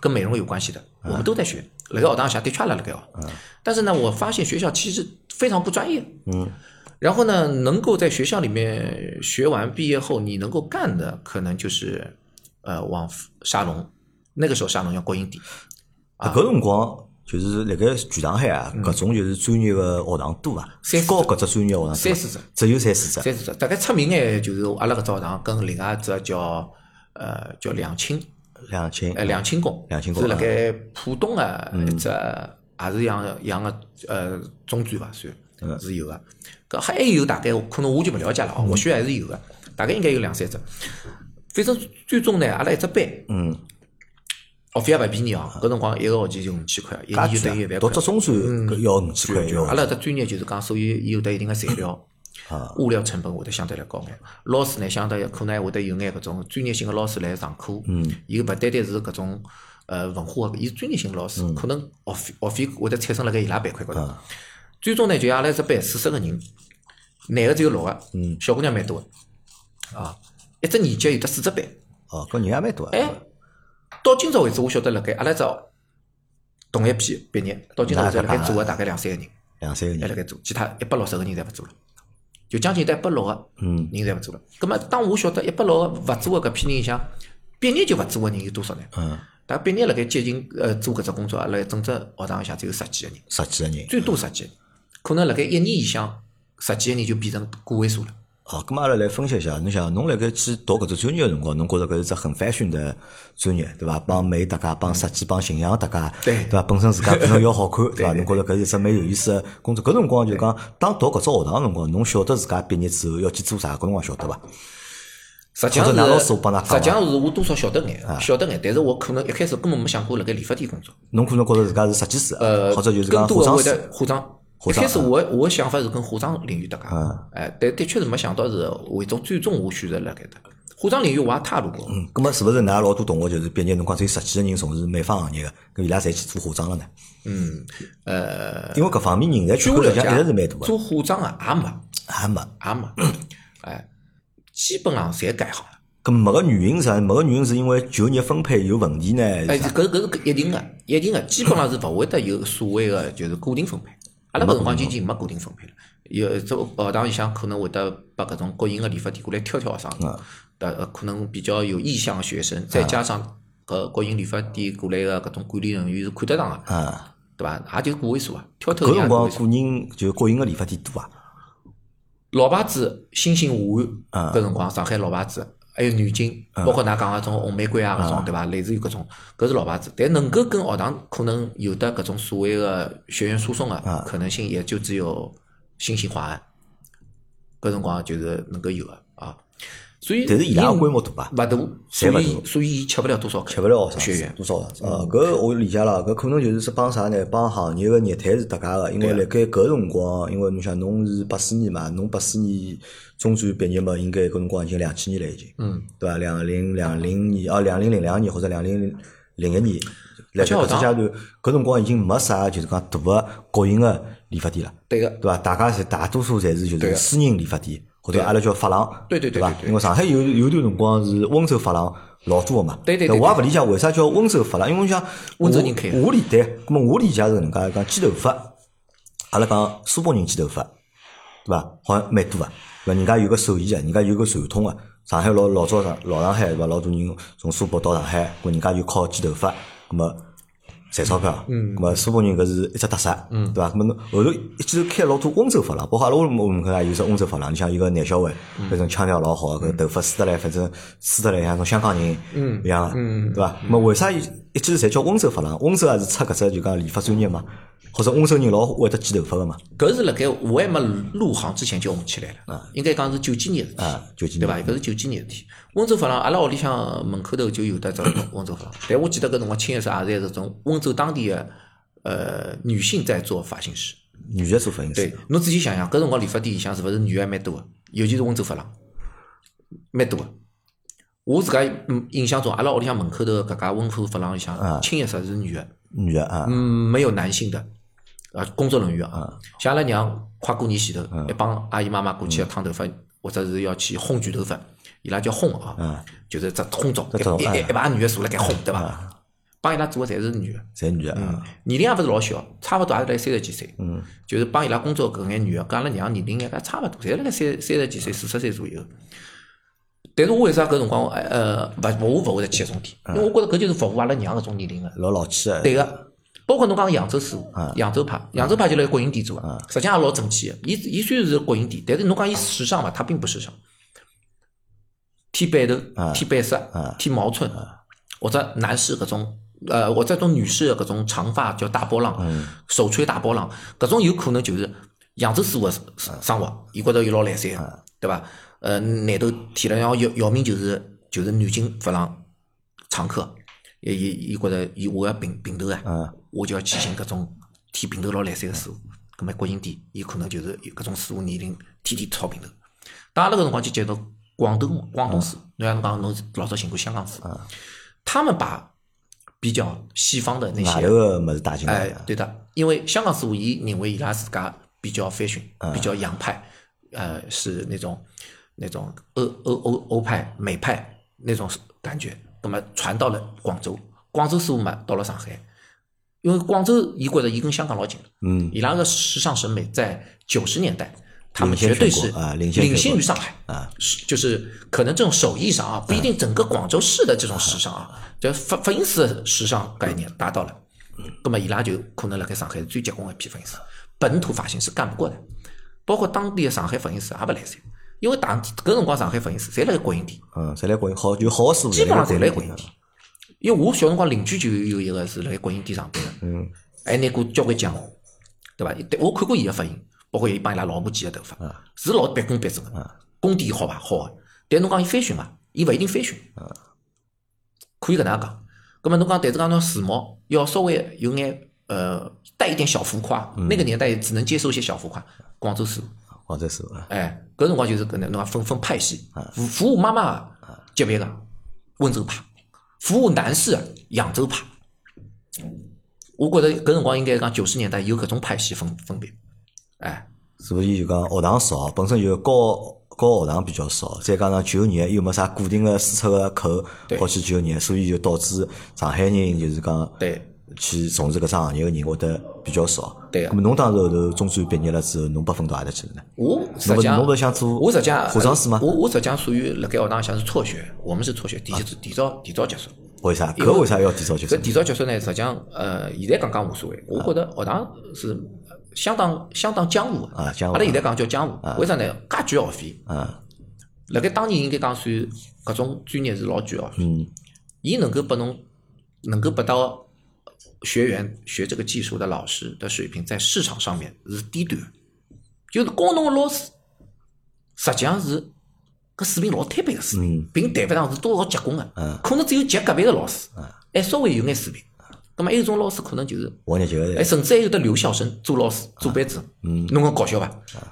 跟美容有关系的，我们都在学。辣盖学堂下的确也辣辣盖学，但是呢，我发现学校其实非常不专业。嗯。然后呢，能够在学校里面学完毕业后，你能够干的可能就是，呃，往沙龙，那个时候沙龙要过硬底，啊搿辰光就是辣盖全上海啊，搿种就是专业个学堂多啊嗯三四，高搿只专业学堂多伐啊三四只，只有三四只。三四只，大概出名眼就是阿拉搿只学堂跟另外一只叫呃叫两清，两千呃两清宫，两清宫嗯是辣盖浦东个一只，也是一样一样个呃中专伐算，嗯是有个。搿还有大概可能我就勿了解了，或许还是有个，大概应该有两三只。反正最终呢，阿拉一只班，嗯，学费也勿便宜哦，搿辰光一个学期就五千块，一年就等于一万读块嗯只。中专搿要五千块一就个阿拉搿专业就是讲，所以伊有得一定个材料。啊，物料成本会得相对来高眼，老师呢相对可能还会得有眼搿种专业性个老师来上课，嗯，伊勿单单是搿种呃文化个，伊是专业性个老师，可能学费学费会得产生辣盖伊拉板块高头。最终呢，就阿拉只班四十个人，男个只有六个，嗯，小姑娘蛮多个，啊，一只年级有得四只班，哦，搿人也蛮多啊，哎，到今朝为止，我晓得辣盖阿拉只同一批毕业，到今朝为止辣盖做个啊大概两三个人。两三个还人，辣盖做，其他一百六十个人侪勿做了，就将近一百六个嗯人侪勿做了。咁么，当我晓得一百六个勿做个搿批人里向，毕业就勿做个人有多少呢？嗯，大概毕业辣盖接近呃做搿只工作，阿拉整只学堂里向只有十几个人，十几个人，最多十几，可能辣盖一年以向十几个人就变成个位数了。哦，咁阿拉来分析一下，侬想侬辣盖去读搿只专业个辰光，侬觉着搿是只很 fashion 的专业，对伐？帮美搭界，帮设计，帮形象搭界，对对伐？本身自家本身要好 看，对伐？侬觉着搿是一只蛮有意思个工作。搿辰光就讲，当读搿只学堂个辰光，侬晓得自家毕业之后要去做啥，搿辰光晓得伐？实际上或是，者㑚老师有帮㑚啊讲伐实际上是我多少晓得眼，啊晓得眼，但是我可能一开始根本没想过辣盖理发店工作。侬可能觉着自家是设计师，啊呃，或者就是更讲多化的妆会师得，化妆。化一妆开始我我的想法是跟化妆领域搭界嗯，哎，但的确是没想到是为种最终我选择辣盖搭。化妆领域我也踏入过，嗯，咁么是勿是㑚老多同学就是毕业辰光只有十几个人从事美发行业个，搿伊拉侪去做化妆了呢？嗯，呃，因为搿方面人才据缺我口了实际解上一直是蛮大，个，做化妆的也没还没。也没，哎，基本上侪改行了。咁没个原因是啥？没个原因是因为就业分配有问题呢？哎，是啥搿搿是一定的，一定的，基本上是勿会得有所谓的就是固定分配。阿拉搿辰光已经没固定分配了，有做学堂里向可能会得把搿种国营个理发店过来挑啊挑学生，呃，可能比较有意向个学生，再加上搿国营理发店过来个搿种管理人员是看得上个，啊，对伐？也就个位数啊，挑头搿人也辰个光位数。个人就国营个理发店多啊，老牌子新兴武啊汉搿辰光，上海老牌子，还有南京，包括㑚讲个种红玫瑰啊搿种，对伐？类似于搿种，搿是老牌子，但能够跟学堂可能有的搿种所谓个学员输送啊个啊可能性，也就只有新兴华安，搿辰光就是能够有个啊。所以，但是伊拉个规模大吧勿大，所侪勿以大所以伊吃勿了多少吃勿了学学生员，多少学生啊？搿我理解了，搿可能就是是帮啥呢？帮行业个业态是搭界个，因啊为辣盖搿辰光，因为侬想侬是八四年嘛，侬八四年中专毕业嘛，应该搿辰光已经两千年了已经，嗯，对伐？两零两零年啊，两零零两年或者两零零一年，辣盖搿只阶段，搿辰光已经没啥就是讲大个国营个理发店了。对个，对伐？大家侪大多数侪是就对是个私人理发店，或者阿拉叫发廊，对对对伐对对？对因为上海有有段辰光是温州发廊老多个嘛，对对那对我也勿理解为啥叫温州发廊，因为我想温州我人开的我理解，那么我理解是搿能介讲剪头发，阿拉讲苏北人剪头发，对伐？好像蛮多个，对伐？人家有个手艺个，啊人家有个传统个。上海老老早上老上海对伐？老多人从苏北到上海，咾人家就靠剪头发，咾么赚钞票。嗯，咾么苏北人搿是一只特色，嗯，对伐？咾么侬后头一记头开老多温州发廊，包括阿拉屋里门口也有只温州发廊，你像一个男小孩，反正腔调老好，啊搿头发梳得来，反正梳得来像种香港人一样个，对伐？咾么为啥一一记头侪叫温州发廊？温州也是出搿只就讲理发专业嘛，或者温州人老会得剪头发个嘛。搿是辣盖我还没入行之前就红起来了，应该讲是九几年的事体啊，九几年对伐？搿是九几年的事体。温州发廊，阿拉屋里向门口头就有得这种温州发廊，但我记得搿辰光清一色也是这种温州当地的呃女性在做发型师。女的做发型师。对，侬仔细想想，搿辰光理发店里向是勿是女的还蛮多的，尤其是温州发廊，蛮多的。我自家嗯印象中，阿拉屋里向门口头搿家温州发廊里向，清一色是女的。女的啊，嗯，没有男性的，呃，工作人员啊，像阿拉娘快过年前头，一帮阿姨妈妈过去要烫头发，或者是要去烘卷头发，伊拉叫烘啊，就是只烘澡，只烘一一啊一一排女的坐辣盖烘，对伐？帮伊拉做的侪是女的，侪女的啊，年龄也勿是老小，差勿多也是在三十几岁，嗯，就是帮伊拉工作搿眼女的，跟阿拉娘年龄也差勿多，侪辣盖三三十几岁、四十岁左右。但是我为啥搿辰光呃勿我勿会得去搿种店，因为我觉着�就是服务阿拉娘搿种年龄个。啊老老气的。对个。包括侬讲扬州师傅，扬州派，扬州派就辣国营店做的，实际上也老整齐个。伊伊虽然是国营店，但是侬讲伊时尚伐？它并不时尚。剃背头、剃背色、剃毛寸，或者男士搿种，呃，或者种女士的搿种长发叫大波浪，手吹大波浪，搿种有可能就是扬州师傅的生活，伊觉着伊老来三个，对伐？呃，难头提了，然后姚姚明就是就是南京发廊常客，伊伊伊觉着伊我要评评头啊，我就要去寻搿种剃平头老来三个师傅。搿么国营店，伊可能就是有搿种师傅年龄天天炒平头。当阿拉搿辰光就接到广东广东师傅，侬像侬讲侬老早寻过香港师傅，他们把比较西方的那外些头个物事带进来啊哎的，，对的，因为香港师傅伊认为伊拉自家比较 fashion，比较洋派，呃，是那种那种欧欧欧欧派、美派那种感觉，那么传到了广州，广州师傅嘛到了上海，因为广州伊觉得伊跟香港老近，嗯，伊拉个时尚审美在九十年代。他们领先绝对全国是啊领领先全国先于上海啊，是就是可能这种手艺上啊，不一嗯定整个广州市的这种时尚啊，这发发音师的时尚概念达到了，嗯那么伊拉就可能辣盖上海是最结棍的一批发型师，本土发型师干不过的，包括当地的上海发型师也不来塞，因为当搿辰光上海发型师侪辣盖国营店，嗯，侪来国营好，有好个师傅基本上侪辣来啊盖国国营营店。因为我小辰光邻居就有一个是辣盖国营店上班的，嗯，还拿过交关奖，对伐？对我看过伊个发型，包括伊帮伊拉老母剪个头发，是老笔根笔直个，功底好伐？好个，但侬讲伊 fashion 伐？伊勿一定 fashion，可以搿能介讲。葛末侬讲，但是讲侬时髦要稍微有眼呃带一点小浮夸，那个年代只能接受一些小浮夸。广州师傅，广州师傅啊，哎，搿辰光就是搿能，侬讲分分派系，服服务妈妈级别个温州派，服务男士的扬州派。我觉着搿辰光应该讲九十年代有搿种派系分分别，哎，所以就讲学堂少，本身就高高学堂比较少，再加上九廿又没啥固定个输出个口对跑去九廿，所以就导致上海人就是讲对去从事搿只行业个人会得比较少。对啊咁么侬当时后头中专毕业了之后，侬拨分到何搭去了呢？我实侬勿际是上，侬勿是想做我实际上化妆师吗我我实际上属于辣盖学堂像是辍学，我们是辍学，提前提早提早结束。为啥？因为搿为啥要啊提早结束搿？提早结束呢，实际上呃，现在讲讲无所谓。我觉得学堂是相当相当江湖的啊江湖阿拉现在讲叫江湖，为啥呢？介贵学费。嗯，辣盖当年应该讲算搿种专业是老贵哦。嗯，伊能够拨侬能够拨到学员学这个技术的老师的水平，在市场上面是低端的，就是教侬个老师，实际上是搿水平老摊板个水嗯平，并谈勿上是多少结棍啊个，可能只有极个别个老师，还稍微有眼水平。葛末还有一种老师可能就是我廿几个哎，人，甚至还有的留校生做老师、做班主任，侬讲搞笑伐？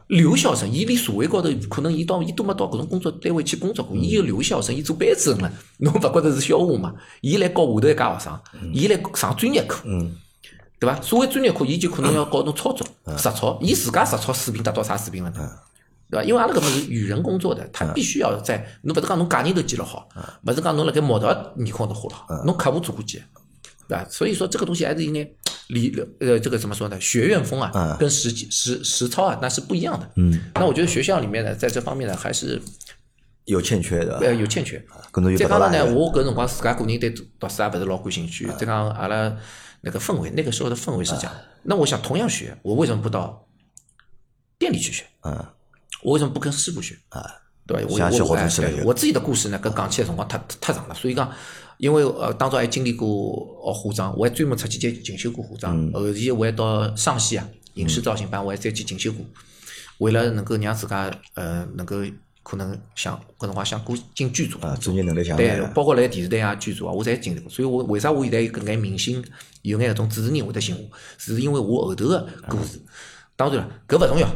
留校生，伊连社会高头可能伊到伊都没到搿种工作单位去工作过，伊有留校生，伊做班主 任了，侬勿觉得是笑话嘛？伊来教下头一家学生，啊伊来上专业课，对伐？所谓专业课，伊就可能要教侬操作、实操，伊自家实操水平达到啥水平了呢？对伐？因为阿拉搿么是与人工作的，他必须要在侬勿是讲侬价钿都记了好，勿是讲侬辣盖毛头啊面孔都画了好，侬客户做过几个？对吧？所以说这个东西还是应该理呃这个怎么说呢？学院风啊，跟实际实实操啊那是不一样的。嗯，那我觉得学校里面呢，在这方面呢还是有欠缺的。呃有欠缺。搿侬又再拨加啊到上哪呢，里了？我搿辰光自家个人对读读书也勿是老感兴趣，再加上阿拉那个氛围，那个时候的氛围是这样。那我想同样学，我为什么不到店里去学？嗯，我为什么不跟师傅学？啊，对吧？我想起我活动起来哎对就我自己的故事呢，跟讲起来辰光太太太长了，所以讲，因为呃，当中还经历过呃化妆，我还专门出去进进修过化嗯妆，后期我还到上戏啊影视造型班，我还再去进修过，为了能够让自家呃能够可能想搿辰光想过进剧组啊，专业能力强的对，包括辣盖电视台啊、剧组啊，我侪经历过。所以我为啥我现在有搿眼明星，有眼搿种主持人会得寻我，是因为我后头个故事。啊当然了，搿勿重要。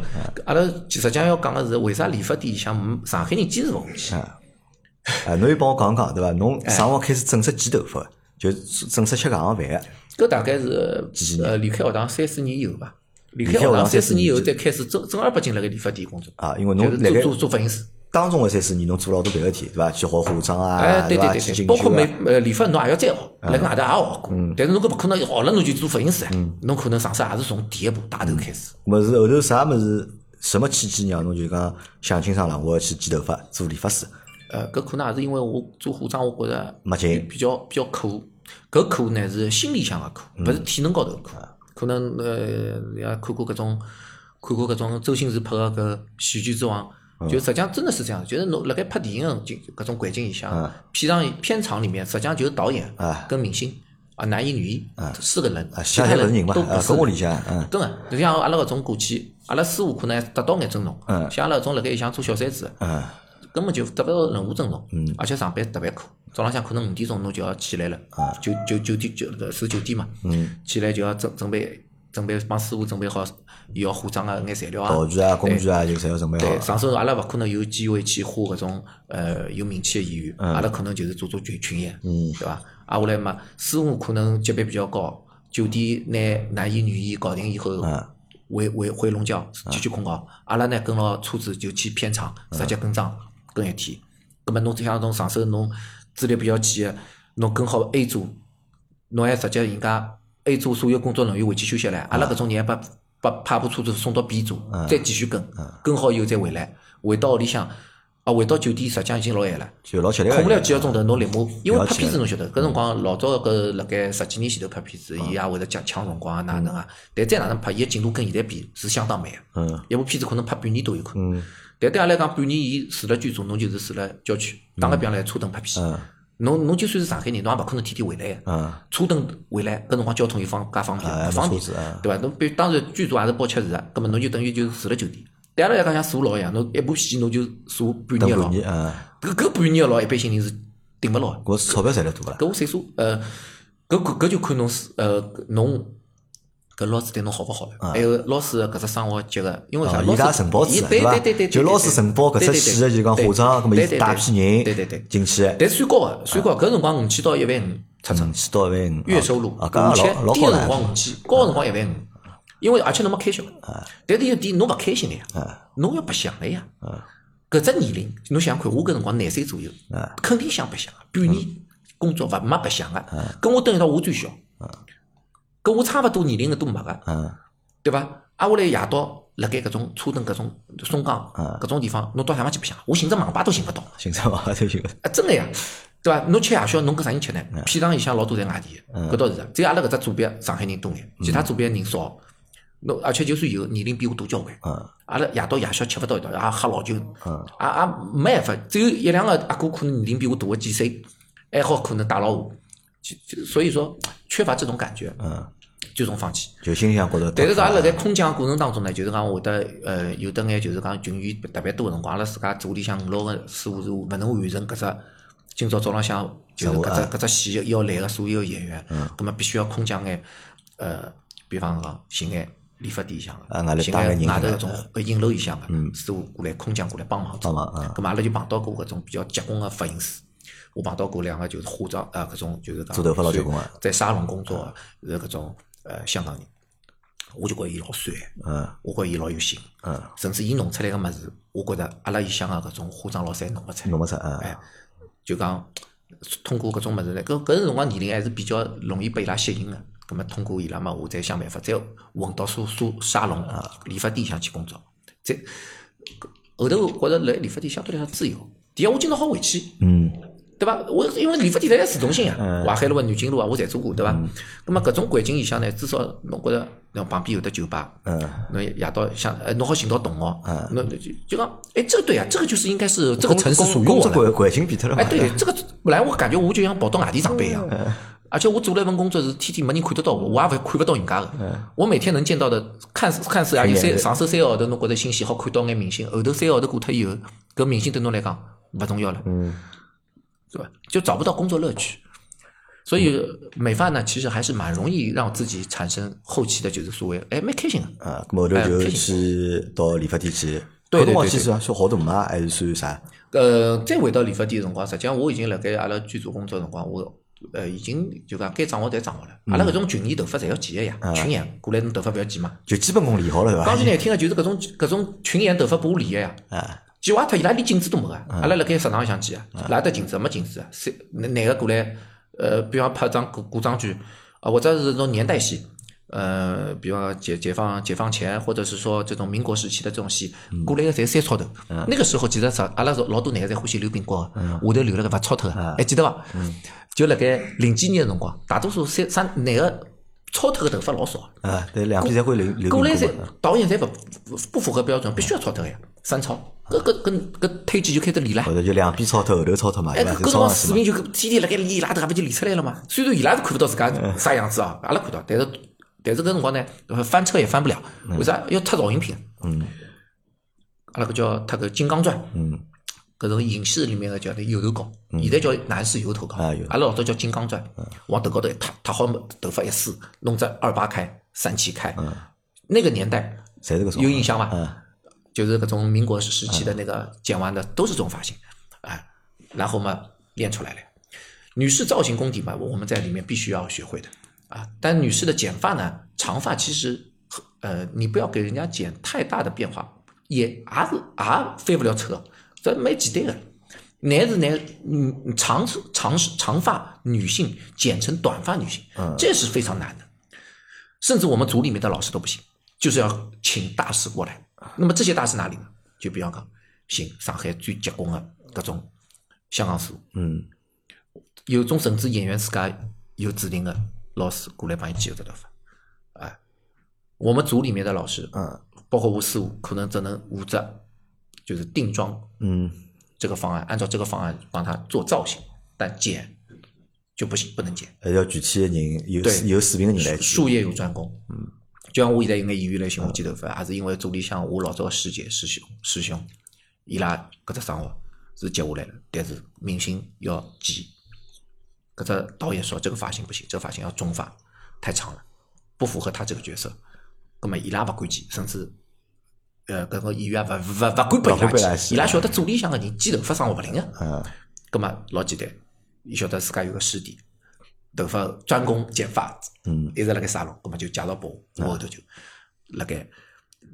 阿拉实际上要讲个是，为啥理发店里向没上海人坚持勿下去？啊，侬又帮我讲讲对伐？侬哎啥辰光开始正式剪头发的？就正式吃搿行饭的？搿大概是几年呃离开学堂三四年以后吧。离开离开学学堂堂三三四四年以后，年再开始正正儿八经辣盖理发店工作啊因为侬就是辣盖做做做发型师。当中的三四年，侬做了老多别个事体，对伐？去学化妆哎啊，，对伐？对去啊嗯进对对，包修括啊美呃理发侬也要再学，辣外头也学过，但是侬搿勿可能学了侬就做发型师，啊嗯侬可能上手也是从第一步打头开始。咁么是后头啥物事？什么契机让侬就讲想清爽了，我要去剪头发，做理发师？呃，搿可能也是因为我做化妆，我觉着没劲比比较比较苦。搿苦呢是心理上的苦，嗯勿是体能高头的苦。可能呃，也看过搿种，看过搿种周星驰拍个搿《喜剧之王》，嗯就实际上真的是这样，就是侬辣盖拍电影的就搿种环境里嗯向，片场片场里面实际上就是导演啊跟明星啊，男一女一四个人啊，，其下他海勿是人嘛？都不啊，是跟我理解，嗯，真的，就像阿拉搿种过去阿拉师傅可能还得到眼尊重，嗯像阿拉搿种辣盖里向做小三子的，嗯根本就得勿到任何尊重，而且上班特别苦，早浪向可能五点钟侬就要起来了，嗯九九九点九搿是九点嘛，起来就要准准备准备帮师傅准备好伊要化妆个眼材料啊，道具啊、工具啊，就侪要准备好对，。上手阿拉勿可能有机会去花搿种呃有名气的演员，阿拉可能就是做做群群演，对伐？啊，下来嘛，师傅可能级别比较高，酒店拿男一女一搞定以后，回回回龙江继续困觉，阿拉呢跟牢车子就去片场，直接跟张跟一天。葛末侬像侬上手侬资历比较浅个，侬跟好 A 组，侬还直接人家 A 组所有工作人员回去休息唻，阿拉搿种人还把把派部车子送到 B 组，再继续跟，跟好以后再回来，回到屋里向，啊，回到酒店实际上已经老晚了。就老吃力个。困了几个钟头，侬立马，因为了拍解片子侬晓得，搿辰光老早搿辣盖十几年前头拍片子，伊也会得讲抢辰光啊哪能啊，但再哪能拍，伊个进度跟现在比是相当慢个。嗯，一部片子可能拍半年都有可能。但对阿拉来讲，半年伊住辣剧组，侬就是住辣郊区，打个比方来车灯拍片。侬侬就算是上海人，侬也勿可能天天回来嗯个。车灯回来，搿辰光交通又方介方便，哎勿方便没车子哎，对伐？侬比当然剧组也是包吃住个，葛末侬就等于就住辣酒店。对阿拉来讲像坐牢一样，侬一部戏侬就坐半等年牢半。年，嗯，搿搿半年个老一般性人是顶勿牢个。搿钞票赚得多勿啦？搿我岁数呃，搿搿搿就看侬是呃侬搿老师对侬好勿好了，还有老师的搿只生活节个，因为啥？啊，老伊师拉承包制伊的对伐对对对，对，就老师承包搿只企业，就讲化妆，葛末搿么伊带批人，啊对对对，进去，但算高个，算高的，搿辰光五千到一万五出头嗯，，去到一万月收入啊，搿五也千老，老哎低高个辰了。光五千，高个辰光一万五，因为而且侬没开销，但是有点侬勿开心个哎呀，侬要白相个呀，搿只年龄，侬想想看，我搿辰光廿岁左右，哎肯定想白相，半年嗯工作勿没白相个，哎跟我等一道我最小，跟我差勿多年龄个都没个，嗯，对伐？啊，我来夜到辣盖搿种车灯、搿种松江、哎搿种地方，侬到啥地方去白相？啊我寻只网吧都寻勿到。现在嘛，都有。啊，真个呀，对伐？侬吃夜宵，侬跟啥人吃呢？片场里向老多侪外地的，搿倒是的。只有阿拉搿只组别上海人多眼，其他组别人少。侬而且就算有，年龄比我大交关。嗯阿拉夜到夜宵吃勿到一道，也喝老酒，也也没办法。只有一两个阿哥可能年龄比我大个几岁，还好可能打牢我。就就所以说，缺乏这种感觉，嗯，最终放弃。就心里向觉着。但是讲辣盖空降过程当中呢，就是讲会得呃有得眼就是讲群演特别多个辰光，阿拉自家组里向五六个师傅是勿能完成搿只今朝早浪向就是啊搿只搿只戏要来个所有演员，嗯葛末必须要空降眼呃，比方讲寻眼理发店里向啊外头个，寻带眼人眼嗯外头搿种呃影楼里向个师傅过来空降过来帮忙做，帮忙嗯葛末阿拉就碰到过搿种比较结棍个发型师。我碰到过两个就是化妆啊，搿种就是讲做头发老结棍啊在沙龙工作的是搿种呃香港人，我就觉着伊老帅，嗯，我觉着伊老有型，嗯，甚至伊弄出来个物事，我觉着阿拉里向个搿种化妆老师侪弄勿出来弄，勿出，嗯，哎，就讲通过搿种物事呢，搿搿辰光年龄还是比较容易被伊拉吸引个，葛末啊通过伊拉嘛，我再想办法再混到沙沙沙龙理发店里向去工作，再后头觉着辣理发店相对来讲自由，第一我今朝好回去，嗯，对伐？我因为理发店在市中心啊，淮海路啊、南京路啊，我侪做过，对伐？那么搿种环境里向呢，至少侬觉着，侬旁边有得酒吧，侬夜到想，呃侬好寻到同学，侬就就讲，哎，这个对啊，这个就是应该是这个城市属于工我作的，环环境变脱了嘛。嗯哎，对，这个本来我感觉我就像跑到外地上班一样，而且我做了一份工作是天天没人看得到我，我也勿看不到人家的，嗯我每天能见到的，看似看似也有看眼三上首三个号头，侬觉着新鲜，好看到眼明星，后头三个号头过脱以后，搿明星对侬来讲勿重要了。嗯对吧？就找不到工作乐趣。所以嗯美发呢，其实还是蛮容易让自己产生后期的，就是所谓哎蛮开心的。啊，咁后头哎就开去到理发店去。对搿辰光对对去是算好多嘛，还是算啥？呃，再回到理发店的辰光，实际上我已经辣盖阿拉剧组工作的辰光，我呃已经就讲该掌握侪掌握了。阿拉搿种群演头发侪要剪个呀，群演过来侬头发勿要剪嘛。就基本功练好了，对伐？讲句难听个，就是搿种搿种群演头发拨我理个呀。啊，剪坏脱伊拉连镜子都没个，啊阿拉辣盖食堂里向剪个，哪得镜子没镜子啊。三男男个过来，呃，比方拍张古古装剧啊，或者是那种年代戏，呃，比方讲解解放解放前，或者是说这种民国时期的这种戏，过来个侪三超头。那个时候其实啥，阿拉老多男个侪欢喜留鬓角个，下头留了个勿超头个，还记得伐？就辣盖零几年个辰光，大多数三三男个超头个头发老少。啊，对，两边侪会留留过来名侪嘛导演侪勿不不符合标嗯准，必须要超脱个呀，三超，搿搿搿搿推荐就开始理了后。头就两边抄脱，后头抄脱嘛，哎，对伐？就搿搿辰抄光上去视嘛。嗯频就天天辣盖理伊拉头，勿就理出来了嘛？虽然伊拉是看勿到自家啥样子啊，阿拉看到，但是但是搿辰光呢，翻车也翻不了，为啥要贴造型品？嗯阿拉搿叫贴个金刚钻，嗯搿是影视里面个叫那油头膏，现在叫男士油头膏，啊油头嗯阿拉老早叫金刚钻，往头高头一塌，塌好头发一梳，弄只二八开、三七开，嗯那个年代侪是搿种有印象伐？嗯就是搿种民国时期的那个剪完的都是这种发型，哎，然后嘛练出来了。女士造型功底嘛，我们在里面必须要学会的啊。但女士的剪发呢，长发其实呃，你不要给人家剪太大的变化，也也是也翻不了车，这没几对的。男是男，嗯，长长长发女性剪成短发女性，嗯这是非常难的。甚至我们组里面的老师都不行，就是要请大师过来。那么这些大师哪里呢？就比方讲，寻上海最结棍的各种香港师傅，嗯有种甚至演员自家有指定的老师过来帮伊剪这头发。哎，我们组里面的老师，嗯包括我师傅，可能只能捂着，就是定妆嗯这个方案，按照这个方案帮他做造型，但剪就不行，不能剪。还是要具体的人有对有水平的人来术业有专攻。嗯，就像我现在有眼演员来寻我剪头发，也是因为组里向我老早个师姐师兄师兄，伊拉搿只生活是接下来了，但是明星要剪。搿只导演说这个发型不行，这个发型要中发，太长了，不符合他这个角色。葛么伊拉勿敢剪，甚至呃搿个演员勿勿勿勿敢敢拨拨伊伊拉拉剪，剪伊拉晓得组里向个人剪头发生活勿灵个。嗯葛么老简单，伊晓得自家有个师弟，头发专攻剪发，嗯，一直辣盖沙龙，葛么就介绍拨我，我后头就辣盖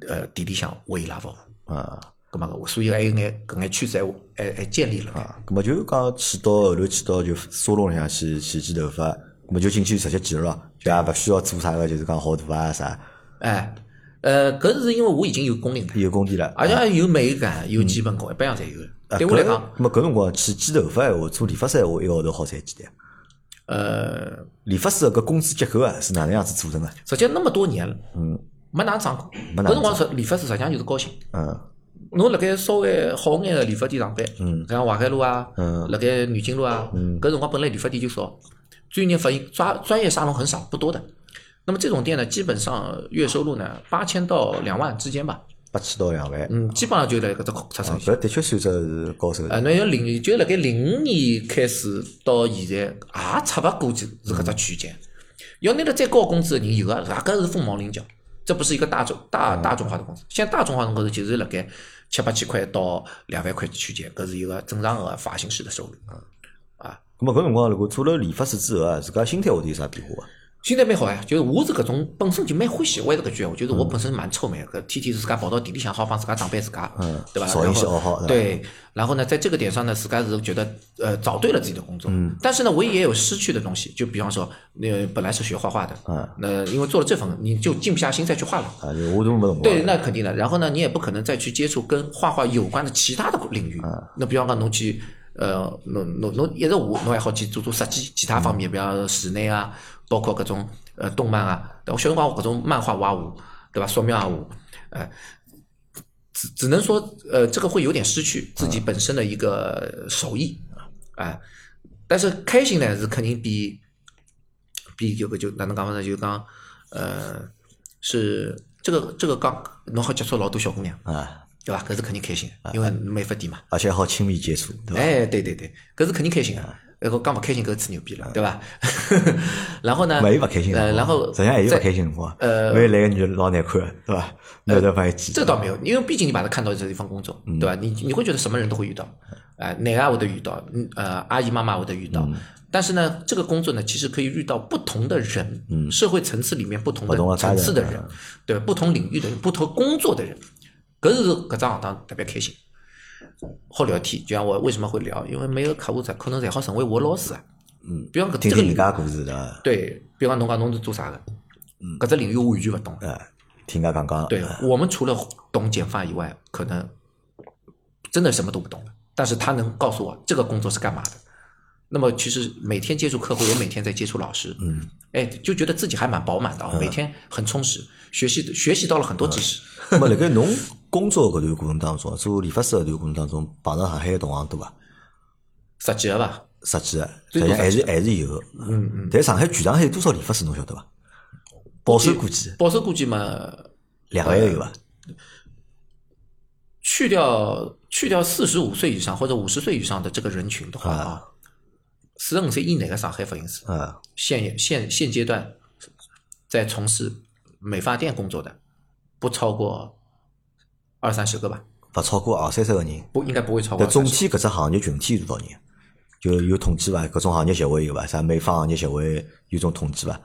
呃店里向为伊拉服务，啊。葛么我所以还有眼搿眼圈子还还还建立了盖，咁么就讲去到后头去到就沙龙里向去去剪头发，咁么就进去直接剪了咯，就也勿需要做啥个，就是讲好大啊啥，哎，呃，搿是因为我已经有功力了，有功底了。而且有美感，有基本功，一般样侪有的。啊对我来讲，咁么啊搿辰光去剪头发闲话，做理发师闲话，一个号头好赚几钿？呃，理发师搿工资结构啊是哪能样子组成的？实际那么多年了，嗯，没哪能涨过，哪能搿辰光是理发师实际上就是高薪。嗯侬辣盖稍微好眼个理发店上班，像淮海路啊，嗯辣盖南京路啊，搿辰光本来理发店就少，专业发型专专业沙龙很少，不多的。那么这种店呢，基本上月收入呢八千到两万之间吧，八千到两万，嗯，基本上就辣搿只出生。啊搿的确算只是高收入。呃，侬要零就辣盖零五年开始到现在，也差勿过就是搿只区间。要拿了再高工资的人有啊，大家是凤毛麟角，这不是一个大众大嗯大众化的工资。像大众化的工资就是辣盖七八千块到两万块区间，搿是一个正常的发型师的收入。咁么搿辰光如果做了理发师之后啊，自家心态会得有啥变化啊？现在蛮好呀，就是我是搿种本身就蛮欢喜，我还是搿句闲话，就是我本身蛮臭美的，天天自家跑到店里向好帮自家打扮自家，嗯对吧？造型然是后熬好的对，然后呢，在这个点上呢，自家是觉得呃找对了自己的工作，嗯，但是呢，我也有失去的东西，就比方说，呃，本来是学画画的，嗯，那因为做了这份，你就静不下心再去画了。啊，就我都没辰光。对，那肯定的。然后呢，你也不可能再去接触跟画画有关的其他的领域。那比方讲，侬去呃，侬侬侬一直我侬还好去做做设计，其他方面，比方说室内啊，包括各种呃动漫啊。但我小辰光我各种漫画画画，对吧？素描画画，呃，只只能说呃，这个会有点失去自己本身的一个手艺啊、但是开心呢是肯定比比有个就哪能讲法呢？就讲呃是这个这个讲侬好接触老多小姑娘，啊，对伐？搿是肯定开心的，因为没法点嘛。而且还好亲密接触，啊对伐？啊哎，对对对，搿是肯定开心的。呃，我讲勿开心，搿吹牛逼了，对伐？ 然后呢？没有勿开心的辰呃，光，然后实际上也有再勿开心辰光。呃万一来个女的老难看，对伐？那得帮伊记。这倒没有，因为毕竟你把它看到这一份工作，对吧？你你会觉得什么人都会遇到，啊、哪个会得遇到，嗯呃，阿姨妈妈会得遇到。但是呢，这个工作呢，其实可以遇到不同的人，社会层次里面嗯不同不同的的层次的家人人，对吧不同领域的人，不同工作的人，搿是搿桩行当特别开心，好聊天。就像我为什么会聊，因为每个客户才可能才好成为我老师啊。嗯，比方搿这听个听领人域，家故事，对伐？对，比方侬讲侬是做啥的，搿只领域我完全勿懂。呃，听人家讲讲。对我们除了懂剪发以外，可能真的什么都不懂了。但是他能告诉我这个工作是干嘛的。那么其实每天接触客户，也每天在接触老师，嗯，哎，就觉得自己还蛮饱满的啊，每天很充实，学习学习到了很多知识。那么辣盖侬工作搿段过程当中，做理发师搿段过程当中，碰到上海的同行多伐？实际的吧，嗯实际的，实最际多上还实际是还是有。嗯嗯。但上海全上海有多少理发师侬晓得伐？保守估计保守估计嘛，两呃个月有伐？去掉去掉四十五岁以上或者五十岁以上的这个人群的话啊，四十五岁以内的上海发型师，嗯，现现现阶段在从事美发店工作的，不超过二三十个吧，勿超过二三十个人。不应该不会超过但二总三十。体搿只行业群体是多少人？就有统计伐？搿种行业协会有伐？啥美啊发行业协会有种统计伐？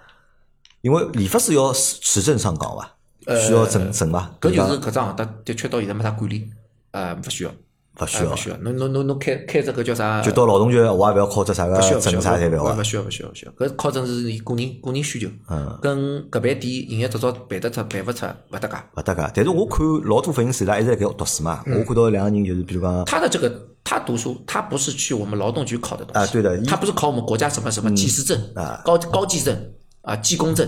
因为理发师要持证上岗伐？需要证证伐？呃搿就讲是搿只行当的确到现在没啥管理，啊，勿需要，勿需啊要勿，需要。侬侬侬侬开开只搿叫啥？就到劳动局，我也勿要考只啥个不需要，不需证要，啥侪勿要勿啊。需要，勿需要，勿需要。搿考证是伊个人个人需求，嗯跟搿爿店营业执照办得出办勿出勿搭界。勿搭界，但是我看老多发型师伊拉一直在搿读书嘛，嗯我看到两个人就是比如讲他的这个他读书，他不是去我们劳动局考的东西啊对的他不是考我们国家什么什么技师证、啊高高技证啊技工证。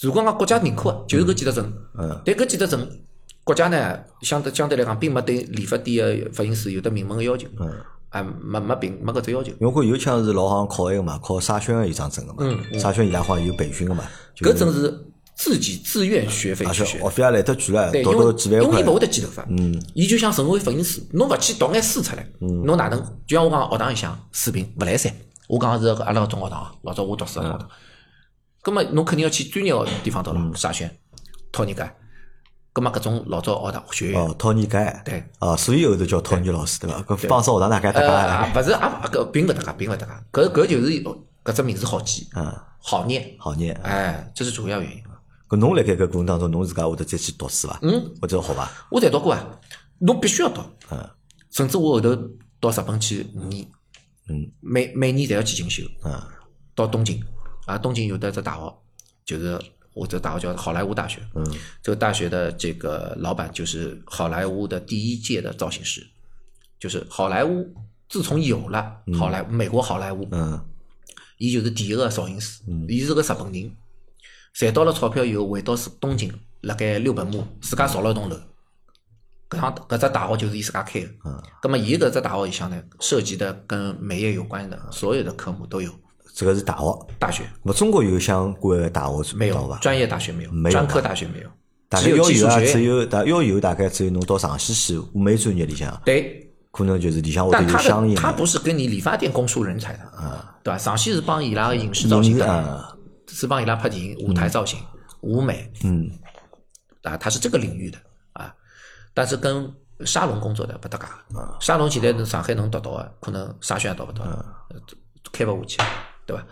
如果啊讲国家认可的，就是搿几只证。嗯但搿几只证，国家呢相对相对来讲，并没对理发店的发型师有得明文的要求。嗯，啊，没没并没搿只要求。因为我看有腔是老好像考一个嘛，考沙宣的一张证个嘛，嗯沙宣伊拉好像有培训个嘛，就搿证是自己自愿学费而去且学学。费也来得贵了，对，读因到为几万因为块伊。勿会得剪头发，嗯，伊就想成为发型师，侬勿去读眼书出来，嗯侬哪能？就像我讲学堂里向水平勿来三，我讲是搿阿拉搿种学堂啊，老早我读书个学嗯堂，葛末侬肯定要去专业个地方读了，沙宣、托尼干，葛末搿种老早学堂学院，哦，托尼盖，对，啊，所以后头叫托尼老师对伐？搿帮上学堂大啊概搭界呃，了，也勿是也搿并勿搭界，并勿搭界，搿搿就是哦搿只名字好记，嗯，好念，好念。哎，这是主要原因。搿侬辣盖搿过程当中，侬自家会得再去读书伐？嗯，或者好伐？我侪读过啊，侬必须要读。甚至我后头到日本去五年，嗯，每每年侪要去进修。嗯，到东京啊，东京有的一只大学，就是我这大学叫好莱坞大学。嗯，这个大学的这个老板就是好莱坞的第一届的造型师，就是好莱坞自从有了好莱、美国好莱坞，嗯，伊就是第一个造型师，伊是个日本人，赚到了钞票以后回到东京，辣盖六本木自家造了一栋楼，搿趟搿只大学就是伊自家开个。嗯，葛末伊搿只大学里向呢，涉及的跟美业有关的所有的科目都有，这个是大学。大学咹？中国有相关的大学没道有伐？，专业大学没有，没有专吧科大学没有，大概只要技术有啊，学只院。有大要有大概只有侬到上西去物美专业里向，对，可能就是里向会但得有他相的应他不是跟你理发店供述人才的，嗯对吧？上戏是帮伊拉个影视造型人的，啊，是帮伊拉拍电影、舞台造型、舞美，嗯，啊，他是这个领域的啊，但是跟沙龙工作的不搭嘎。啊沙龙现在是上海能读到的，可能沙宣也读不到，呃开不下去，对吧？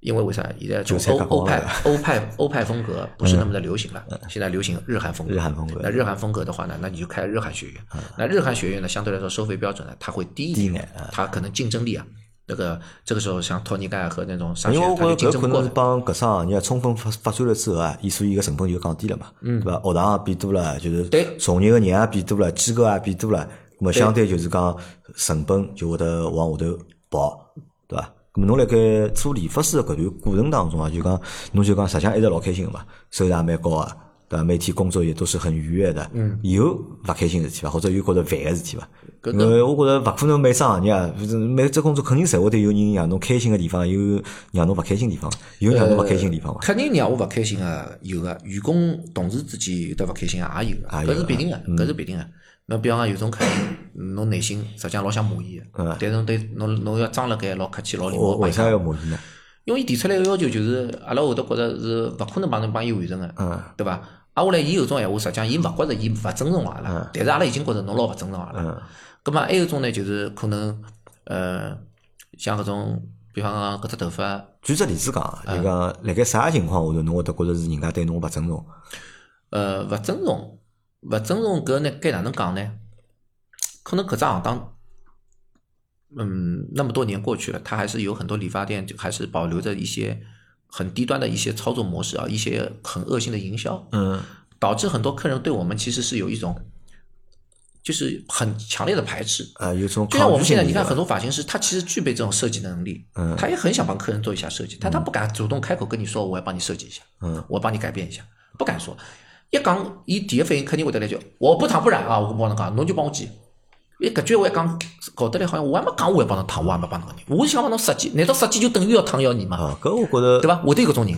因为为啥？现在韭就菜欧割光欧 派了嗯欧派欧派风格不是那么的流行了，现在流行日韩风格。日韩风格嗯那日韩风格的话呢，那你就开日韩学院。那日韩学院呢，相对来说收费标准呢，它会低一低一点点，嗯它可能竞争力啊，那个这个时候像托尼盖啊和那种沙宣，因为我它就觉竞着争可不能过是的。帮搿只行业充分发发展了之后啊，伊所以个成本就降低了嘛，对伐？学堂也变多了，就是嗯对从业个人也变多了，机构也变多了，那么相对就是讲成本就会得往下头跑，对伐？那么侬辣盖做理发师的搿段过程当中啊，就讲侬就讲实际上一直老开心个嘛，收入也蛮高啊，对伐？每天工作也都是很愉悦的。嗯，有勿开心的事体伐？或者有觉着烦个事体伐？搿因为我觉着勿可能每只行业啊，就是每只工作肯定侪会得有人让侬开心个地方，有让侬勿开心个地方，有让侬勿开心个地方伐？肯定让我勿开心个有个，员工同事之间有得勿开心个也有也个，有啊嗯搿是必定个，搿是必定个。侬比方讲有种客人，侬内心实际上老想骂伊个，但是侬对侬侬要装辣盖老客气老礼貌嗯我帮为伊啥要讲，满意呢？因为伊提出来个要求就是阿拉会得觉着是勿可能帮侬帮伊完成嗯个，对伐？啊，后来伊有种闲话，实际上伊勿觉着伊勿尊重阿嗯拉，但是阿拉已经觉着侬老勿尊重阿拉。葛末还有一种呢，就是可能呃，像搿种，比方讲搿只头发。举只例子讲啊，嗯就讲辣盖啥情况下头，侬会得觉着是人家对侬勿尊重？呃，勿尊重，勿尊重搿呢该哪能讲呢？可能搿只行当，嗯，那么多年过去了，它还是有很多理发店就还是保留着一些很低端的一些操作模式啊，一些很恶性的营销，嗯，导致很多客人对我们其实是有一种就是很强烈的排斥。啊，有种就像我抗们拒心现在，理你看伐很多发型师，他其实具备这种设计能力，嗯他也很想帮客人做一下设计，但他不敢主动开口跟你说我要帮你设计一下，嗯，我帮你改变一下，不敢说。一讲，伊第一反应肯定会得来一句，我不烫不染啊，我帮侬讲，侬就帮我剪。伊搿句话一讲，搞得来好像我还没讲我要帮侬烫，我还没帮侬搿人，我想帮侬设计，难道设计就等于要烫要你吗？啊，搿我觉着对伐？会得有搿种人，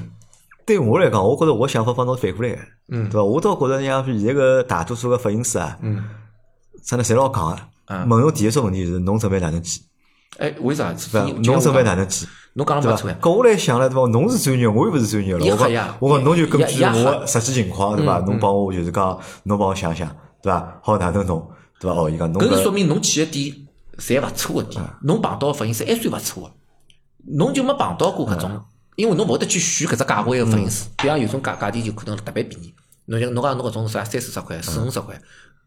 对我来讲，我觉着我想法帮侬反过来个，嗯对伐？我倒觉着像现在个大多数个发型师啊，嗯，真的侪老戆个。嗯问侬第一只问题是侬准备哪能剪，哎，为啥？对伐？你侬准备哪？能剪，侬讲了对没伐啊错呀？。搿我来想了，对伐？侬是专业，我又勿是专业了。也我黑呀讲，我讲侬就根据也也黑嗯我个实际情况，对伐？侬帮我就是讲，侬帮我想想，对伐？好哪能弄，对伐？哦，伊讲侬搿就说搿明侬去个店侪勿错个店，侬碰到个发型师还算勿错个，侬就没碰到过搿种，因为侬冇得去选搿只价位个发型师，比方有种价价钿就可能特别便宜，侬像侬讲侬搿种啥三四十块、四五十块，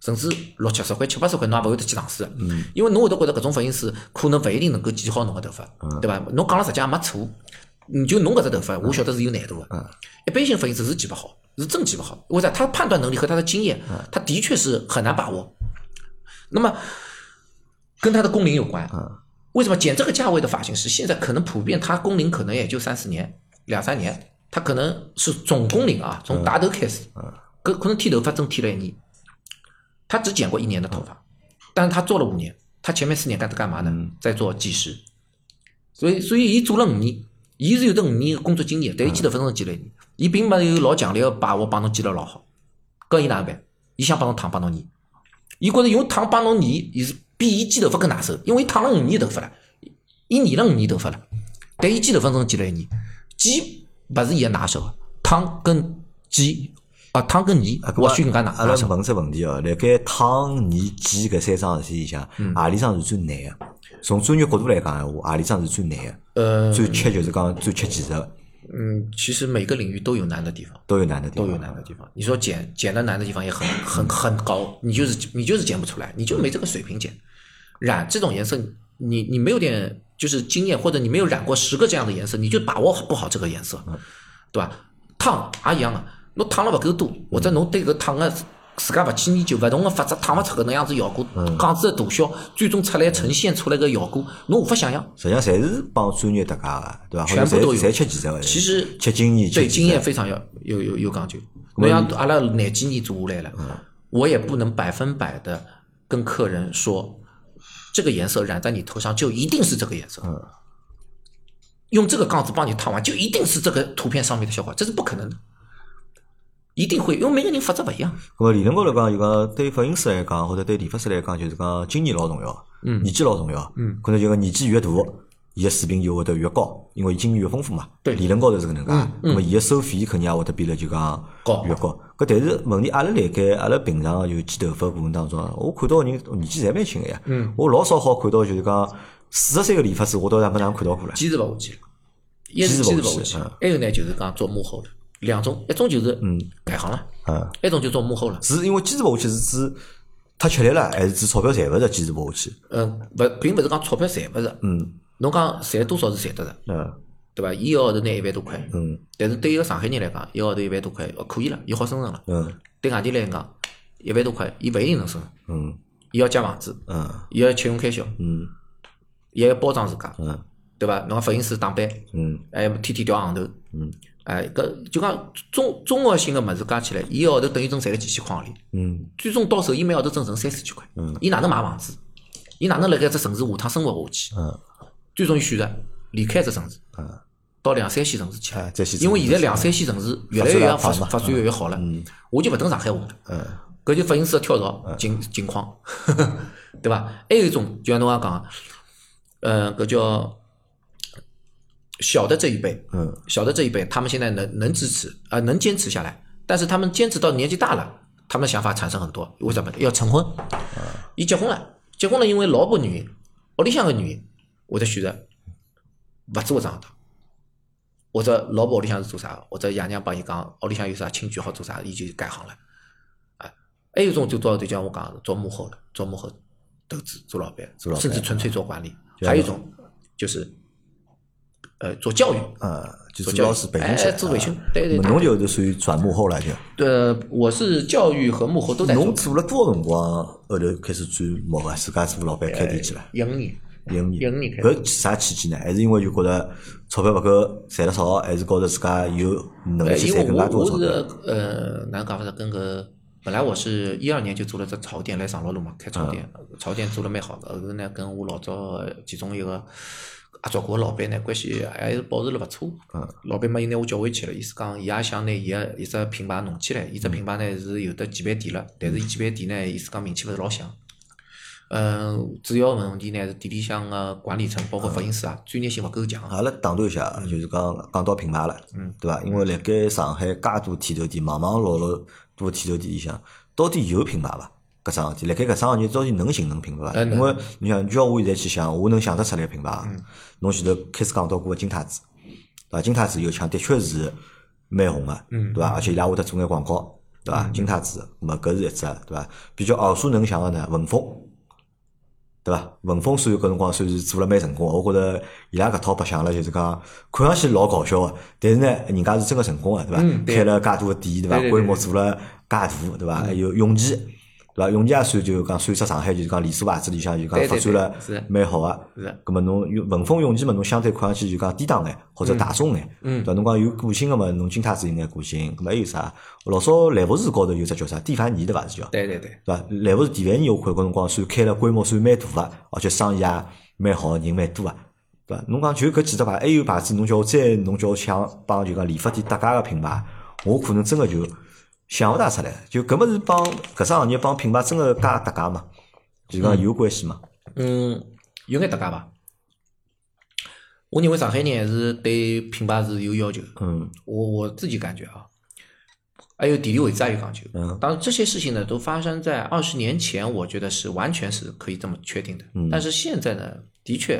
甚至六七十块、七八十块，侬也勿会得去尝试个，因为侬会得觉得搿种发型师可能勿一定能够剪好侬个头发，对伐？侬讲了实际也没错，你就侬搿只头发，我晓得是有难度个，一般性发型师是剪勿好，是真剪勿好，为啥？他判断能力和他的经验，他的确是很难把握。那么跟他的工龄有关。为什么剪这个价位的发型师现在可能普遍他工龄可能也就三四年、两三年，他可能是总工龄啊，从打头开始，可可能剃头发真剃了一年，他只剪过一年的头发，但是他做了五年，他前面四年干干嘛呢？在做技师，所以所以伊做了五年，伊是有得五年的工作经验，但伊剪头发真的剪了一年，伊并没有老强烈的把握帮侬剪了老好，搿伊哪能办？伊想帮侬烫帮侬染。伊觉着用烫帮侬染，伊是比伊剪头发更拿手，因为伊烫了五年头发了，伊染了五年头发了，但伊剪头发真剪了一年，剪勿是伊个拿手的，烫跟剪啊烫跟染，或许人家拿阿拿拉手。问只问题哦，辣盖烫、染、剪搿三桩事体里向，嗯何里桩是最难个？从专业角度来讲闲话，何里桩是最难个？呃，最吃就是讲最吃技术的，嗯，其实每个领域都有难的地方，都有难的地都方。有难的地方。你说剪剪的难的地方也很很很高，你就是你就是剪不出来，你就没这个水平剪。染这种颜色，你你没有点就是经验，或者你没有染过十个这样的颜色，你就把握不好这个颜色，对吧？烫也一样啊，侬烫了勿够多，或者侬对搿烫个自家勿去研究，勿同个法则烫勿出搿能样子效果，杠子的大小，最终出来呈现出来个效果，侬无法想象。实际上，侪是帮专业搭界个，对伐？全部都或有者侪侪吃技术个。其实吃经验，对吃技经术验非常要有有有讲究。侬像阿拉廿几年做下来了，嗯我也不能百分百的跟客人说，这个颜色染在你头上就一定是这个颜色。嗯用这个杠子帮你烫完，就一定是这个图片上面的效果，这是不可能的，一定会，因为每个人法则不一样。咁么理论高头讲，就讲对发型师来讲，或者对理发师来讲，就是讲经验老重要，嗯，年纪老重要，嗯，可能就讲年纪越大，伊个水平就会得越高，因为伊经验越丰富嘛。对理论高头是搿能介，咁么伊个收费肯定也会得变得就讲高越嗯高。搿但是问题，阿拉辣盖阿拉平常就剪头发过程当中，啊我看到个人年纪侪蛮轻个呀，嗯，我老少好看到就是讲四十岁个理发师，我倒也没哪能看到过了。坚持勿下去了，一是坚坚持持勿不下去下去嗯，还有呢就是讲做幕后的，两种，一种就是改行了，嗯，一种就做幕后了。是因为坚持勿下去是指太吃力了，还是指钞票赚勿着坚持勿下去？嗯，勿并勿是讲钞票赚勿着，嗯，侬讲赚多少是赚得着，嗯。对伐？伊一个号头拿一万多块，嗯，但是对一个上海人来讲，一个号头一万多块，哦可以了，伊好生存了。嗯对外地来讲，一万多块，伊勿一定能生存，嗯伊要借房子，嗯伊要吃用开销，嗯伊还要包装自家，嗯对伐？侬讲发型师打扮，嗯还要天天调行头，嗯，哎，搿就讲综综合性个物事加起来，伊一个号头等于挣赚了几千块行钿。嗯最终到手，伊每号头挣成三四千块，伊哪能买房子？伊哪能辣盖只城市下趟生活下去？嗯最终伊选择离开只城市，嗯到两三线城市去哎再去。因为现在两三线城市越来越要发发展发展越来越好了，我就勿等上海话了。嗯搿就发型师的跳槽情情况， 对伐？还有一种，就像侬也讲的，呃，搿叫小的这一辈，嗯，小的这一辈，他们现在能能支持啊、能坚持下来，但是他们坚持到年纪大了，他们的想法产生很多，为什么要成婚？啊伊结婚了，结婚了，因为老婆原因，屋里向个原因，或者选择勿做搿桩事体。或者老婆屋里向是做啥，或者爷娘帮伊讲屋里向有啥亲眷好做啥，伊就改行了。啊还有一种就做，就像我讲的，做幕后的，做幕后投资，做老板，做老板甚至纯粹做管理。对还有一种就是，呃，做教育，嗯，就做是教育老师培哎训哎起来，做培训啊对对咾对侬就是属于转幕后了就。呃，我是教育和幕后都在做侬，做了多少辰光后头开始转幕后，自家做老板开店去了？一五年，一五一年五哎年，开始搿啥契机呢？还是因为就觉得钞票勿够，赚得少，还是觉得自家有能呃，力去因赚为更我加多的我钞是票？呃，哪能讲法子？跟个本来我是一二年就做了只潮店，来嗯长乐路嘛，开潮店，潮店做了蛮好的。后头呢，跟我老早的其中一个合作过个老板呢，关系还是保持了勿错。嗯老板嘛，又拿我叫回去了，意思讲伊也想拿伊个一只品牌弄起来。伊嗯只品牌呢是有得几百店了，但是伊几百店呢，意思讲名气勿是老响。嗯，主要问题呢是店里向个管理层，嗯包括服务师啊，专业性勿够强。阿拉打断一下，就是讲讲到品牌了，对伐？因为辣盖上海介多剃头店，忙忙碌碌多剃头店里向，到底有品牌伐？搿桩事体，辣盖搿桩行业到底能形成品牌伐？嗯因为你想，叫我现在去想，我能想得出来品牌啊。侬前头开始讲到过个金太子，对伐？金太子有枪的确是蛮红个，对伐？而且伊拉会得做眼广告，对伐？金太子，咾么搿是一只，对伐？比较耳熟能详个呢，文峰，对伐？文峰虽然搿辰光算是做了蛮成功的，我觉着伊拉搿套白相了，就是讲看上去老搞笑个，但是呢，人家是真个成功个，对伐？嗯对开了介多个店，对伐？对对对规模做了介大，对伐？还有永琪，对伐？永琪也算就是讲算出上海就是讲连锁牌子里向就讲对发对展对了是蛮好个。是咁么侬用文风勇气嘛，侬相对看上去就讲低档眼或嗯者大众眼，对伐？侬讲有个性个嘛，侬金太子有眼个性，咁么还有啥？老早莱佛士高头有只叫啥？蒂凡尼对伐？是叫？对对对，对伐？莱佛士蒂凡尼，我看搿辰光算开了规模算蛮大个，而且生意也蛮好，人蛮多个，对伐？侬讲就搿几只牌，还有牌子，侬叫我再侬叫我想帮就讲理发店搭界个品牌，我可能真个就想勿大出来。就搿么是帮搿只行业帮品牌真个加搭界嘛？就是讲有关系嘛？嗯，有眼搭界伐？我认为上海人还是对品牌是有要求。嗯我我自己感觉啊，还有地理位置也有讲究。嗯当然这些事情呢，都发生在二十年前，我觉得是完全是可以这么确定的。嗯但是现在呢，的确。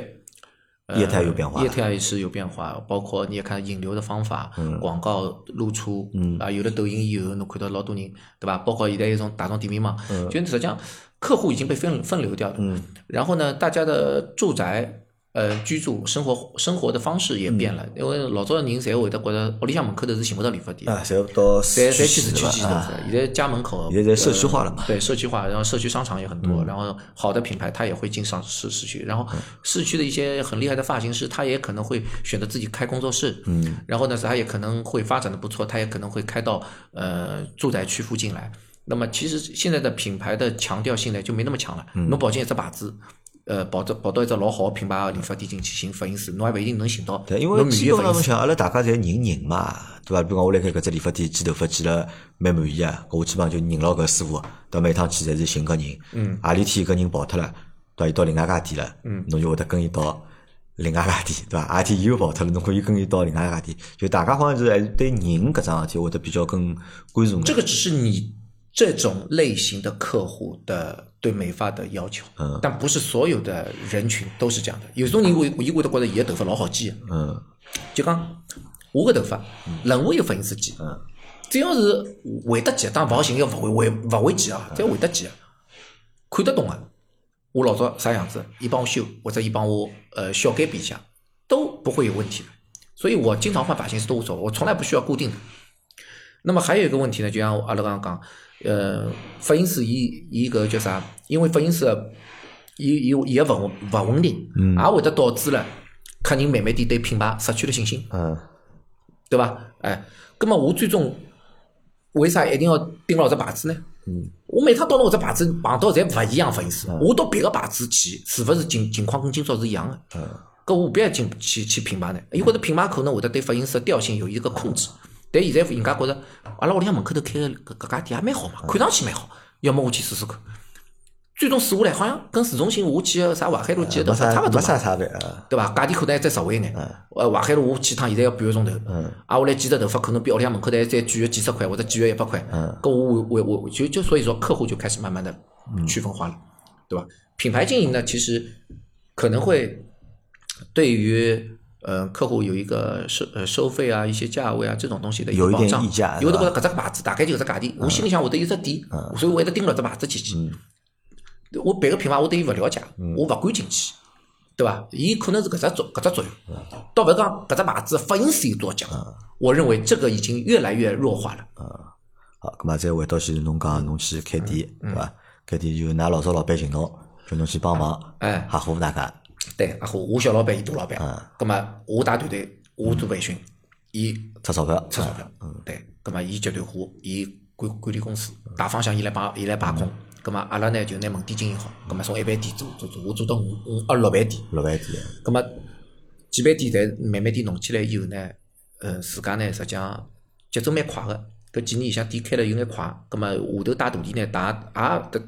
呃业态有变化业态是有变化，包括你也看引流的方法，嗯广告露出，嗯啊，有了抖音以后，侬看到老多人，对吧？包括现在一种大众点评嘛，就实际上客户已经被分分流掉了，嗯然后呢，大家的住宅呃居住生活生活的方式也变嗯了，因为老早人侪会得觉着屋里向门口头是寻勿到理发店，啊，侪要到市侪侪区去市区去对伐？的啊，现在家门口现在社区化了嘛嗯呃对社区化，然后社区商场也很多，然后好的品牌它也会进上市市区，然后市区的一些很厉害的发型师，他也可能会选择自己开工作室，嗯，然后呢，他也可能会发展的不错，他也可能会开到呃住宅区附近来。那么其实现在的品牌的强调性呢就没那么强了，嗯侬跑进一只牌子。呃，跑到跑到一只老好的品牌啊的理发店进去寻发型师，侬还不一定能寻到。对，因为侬满意基的本上发型侬师。啊想，阿拉大家侪认人嘛，对伐？比如讲，我辣盖搿只理发店剪头发剪了蛮满意啊，搿我基本上就认牢搿师傅，啊到每趟去侪是寻搿人。嗯。何里天搿人跑脱了，对伐？伊到另外家店了，嗯，侬就会得跟伊到另外家店，对伐？何里天伊又跑脱了，侬可以跟伊到另外家店。就大家好像是还是对人搿桩事体会得比较更关注眼这个只是你这种类型的客户的对美发的要求，嗯但不是所有的人群都是这样的。有种人会伊会得觉得伊个头发老好剪，嗯就讲我个头发，任何一个发型师剪，嗯只要是会得剪，当然勿好寻个勿会会勿会剪嗯啊，只要会得剪，看得懂啊。我老早啥样子，伊帮我修，或者伊帮我呃小改变一下，都不会有问题的。所以我经常换发型师都无所谓，我从来不需要固定的。那么还有一个问题呢，就像阿拉刚刚讲，呃，发型师伊伊搿叫啥？因为发型师啊伊伊伊个勿稳勿稳定，也会得导致了客人慢慢地对品牌失去了信心。嗯对吧？哎，那么我最终为啥一定要盯牢这牌子呢？嗯，我每趟到了我这牌子碰到侪勿一样发型师，我到别个牌子去，是勿是情情况跟今朝是一样的？嗯，搿我何必要进去去品牌呢？伊觉得品牌可能会得对发型师的调性有一个控制，但现在人家觉着阿拉屋里向门口头开个搿搿家店也蛮好嘛，看上去蛮好，要么我去试试看。最终试下来，好像跟市中心我去个啥淮海路去个呃没啥没都差勿多嘛啥差别啊。对伐？价钿可能还再实惠一眼。嗯呃，淮海路我去趟，现在要半个钟头。嗯。啊，我来剪只头发，可能比屋里向门口头还再贵个几十块或者贵个一百块。嗯。搿我我我我就就所以说，客户就开始慢慢的嗯区分化了，对伐？品牌经营呢，其实可能会对于呃客户有一个收呃收费啊、一些价位啊这种东西的个有一保点障。溢价有的是觉吧嗯得搿只牌子大概就搿只价钿，我心里想会得有只底，所以我会得盯牢只牌子去去。我别个品牌我对伊勿了解，嗯我勿敢进去，对伐？伊可能是搿只作搿只作用，倒勿是讲搿只牌子发型师有多强。我认为这个已经越来越弱化了。好，咁嘛，再回到前头侬讲侬去开店，嗯对伐？开店就拿老早老板寻侬，叫侬去帮忙，哎吓唬大家。对，啊，我小老板，伊大老板，葛么我带团队，我做培训，伊出钞票，出钞票，对，葛么伊集团化，伊管管理公司大方向，伊来帮伊来把控，葛么阿拉呢就嗯呃拿门店经营好，葛么从一万店做做做，我做到五五二六万店，六万几，葛么几爿店侪慢慢点弄起来以后呢，呃，自家呢实际上节奏蛮快个，搿几年里向店开了有眼快，葛末下头带徒弟呢带也得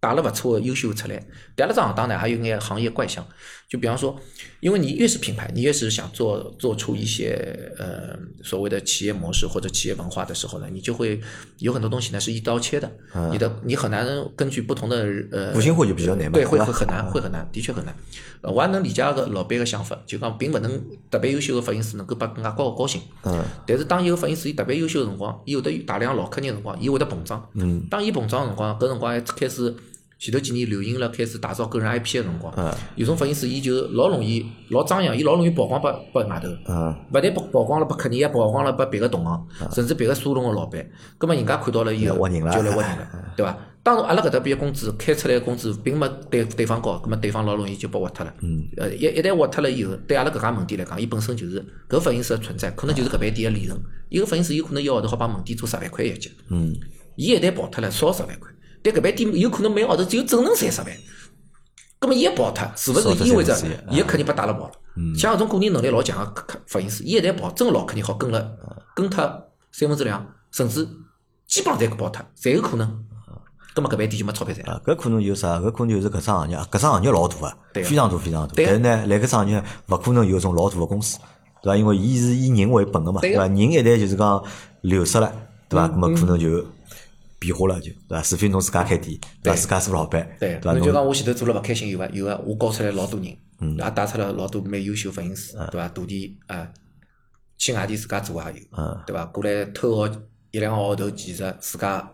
带了勿错个优秀出来。第阿拉只行当呢还有眼行业怪象，就比方说，因为你越是品牌，你越是想做做出一些呃所谓的企业模式或者企业文化的时候呢，你就会有很多东西呢是一刀切的，啊你的你很难根据不同的呃个性化就比较难嘛，对，会吧会很难，会很难，的确很难。呃我也能理解个老板个想法，就讲并勿能特别优秀个发型师能够拨更加高个高薪。嗯。但是当一个发型师伊特别优秀个辰光，伊有得大量老客人个辰光，伊会得膨胀。嗯。当伊膨胀个辰光，搿辰光还开始前头几年流行了开始打造个人 IP 个辰光。嗯。有种发型师伊就老容易老张扬，伊老容易曝光拨拨外头。嗯。勿但曝曝光了拨客人，也曝光了拨别个同行，甚至别个沙龙个老板。葛末人家看到了以后，挖人了就来挖人了，对伐？当然，阿拉搿搭边工资开出来个工资并没对对方高，葛末对方老容易就被挖脱了。嗯，呃，一一旦挖脱了以后，对阿拉搿家门店来讲，伊本身就是搿发型师个存在，可能就是搿爿店个利润。一个发型师有可能一个号头好帮门店做十万块业绩。嗯，伊一旦跑脱了，少十万块，但搿爿店有可能每个号头只有整能赚十万。葛末伊一跑脱，是勿是意味着少得三分之伊个客人被带了跑了？像搿种个人能力老强个客客发型师，伊一旦跑，真个老客人好跟了跟脱三分之两，甚至基本上侪跑脱，侪有可能。葛末搿爿店就没钞票赚了。啊，搿可能有啥？搿可能就是搿只行业，搿只行业老大个，对啊非常大非常大。对啊但是呢，辣搿只行业勿可能有种老大个公司，对伐？因为伊是以人为本个嘛，对对啊伐？嗯人一旦就是讲流失了，对伐？那么可能就变化了，就对伐？除非侬自家开店，对伐？对自家是老板，对，伐？侬就侬讲我前头做了勿开心有伐？有啊，我教出来老多人，也带出来老多蛮优秀发型师，对伐？徒弟啊，去外地自家做也有嗯，对伐？过来偷学一两个号头技术，自家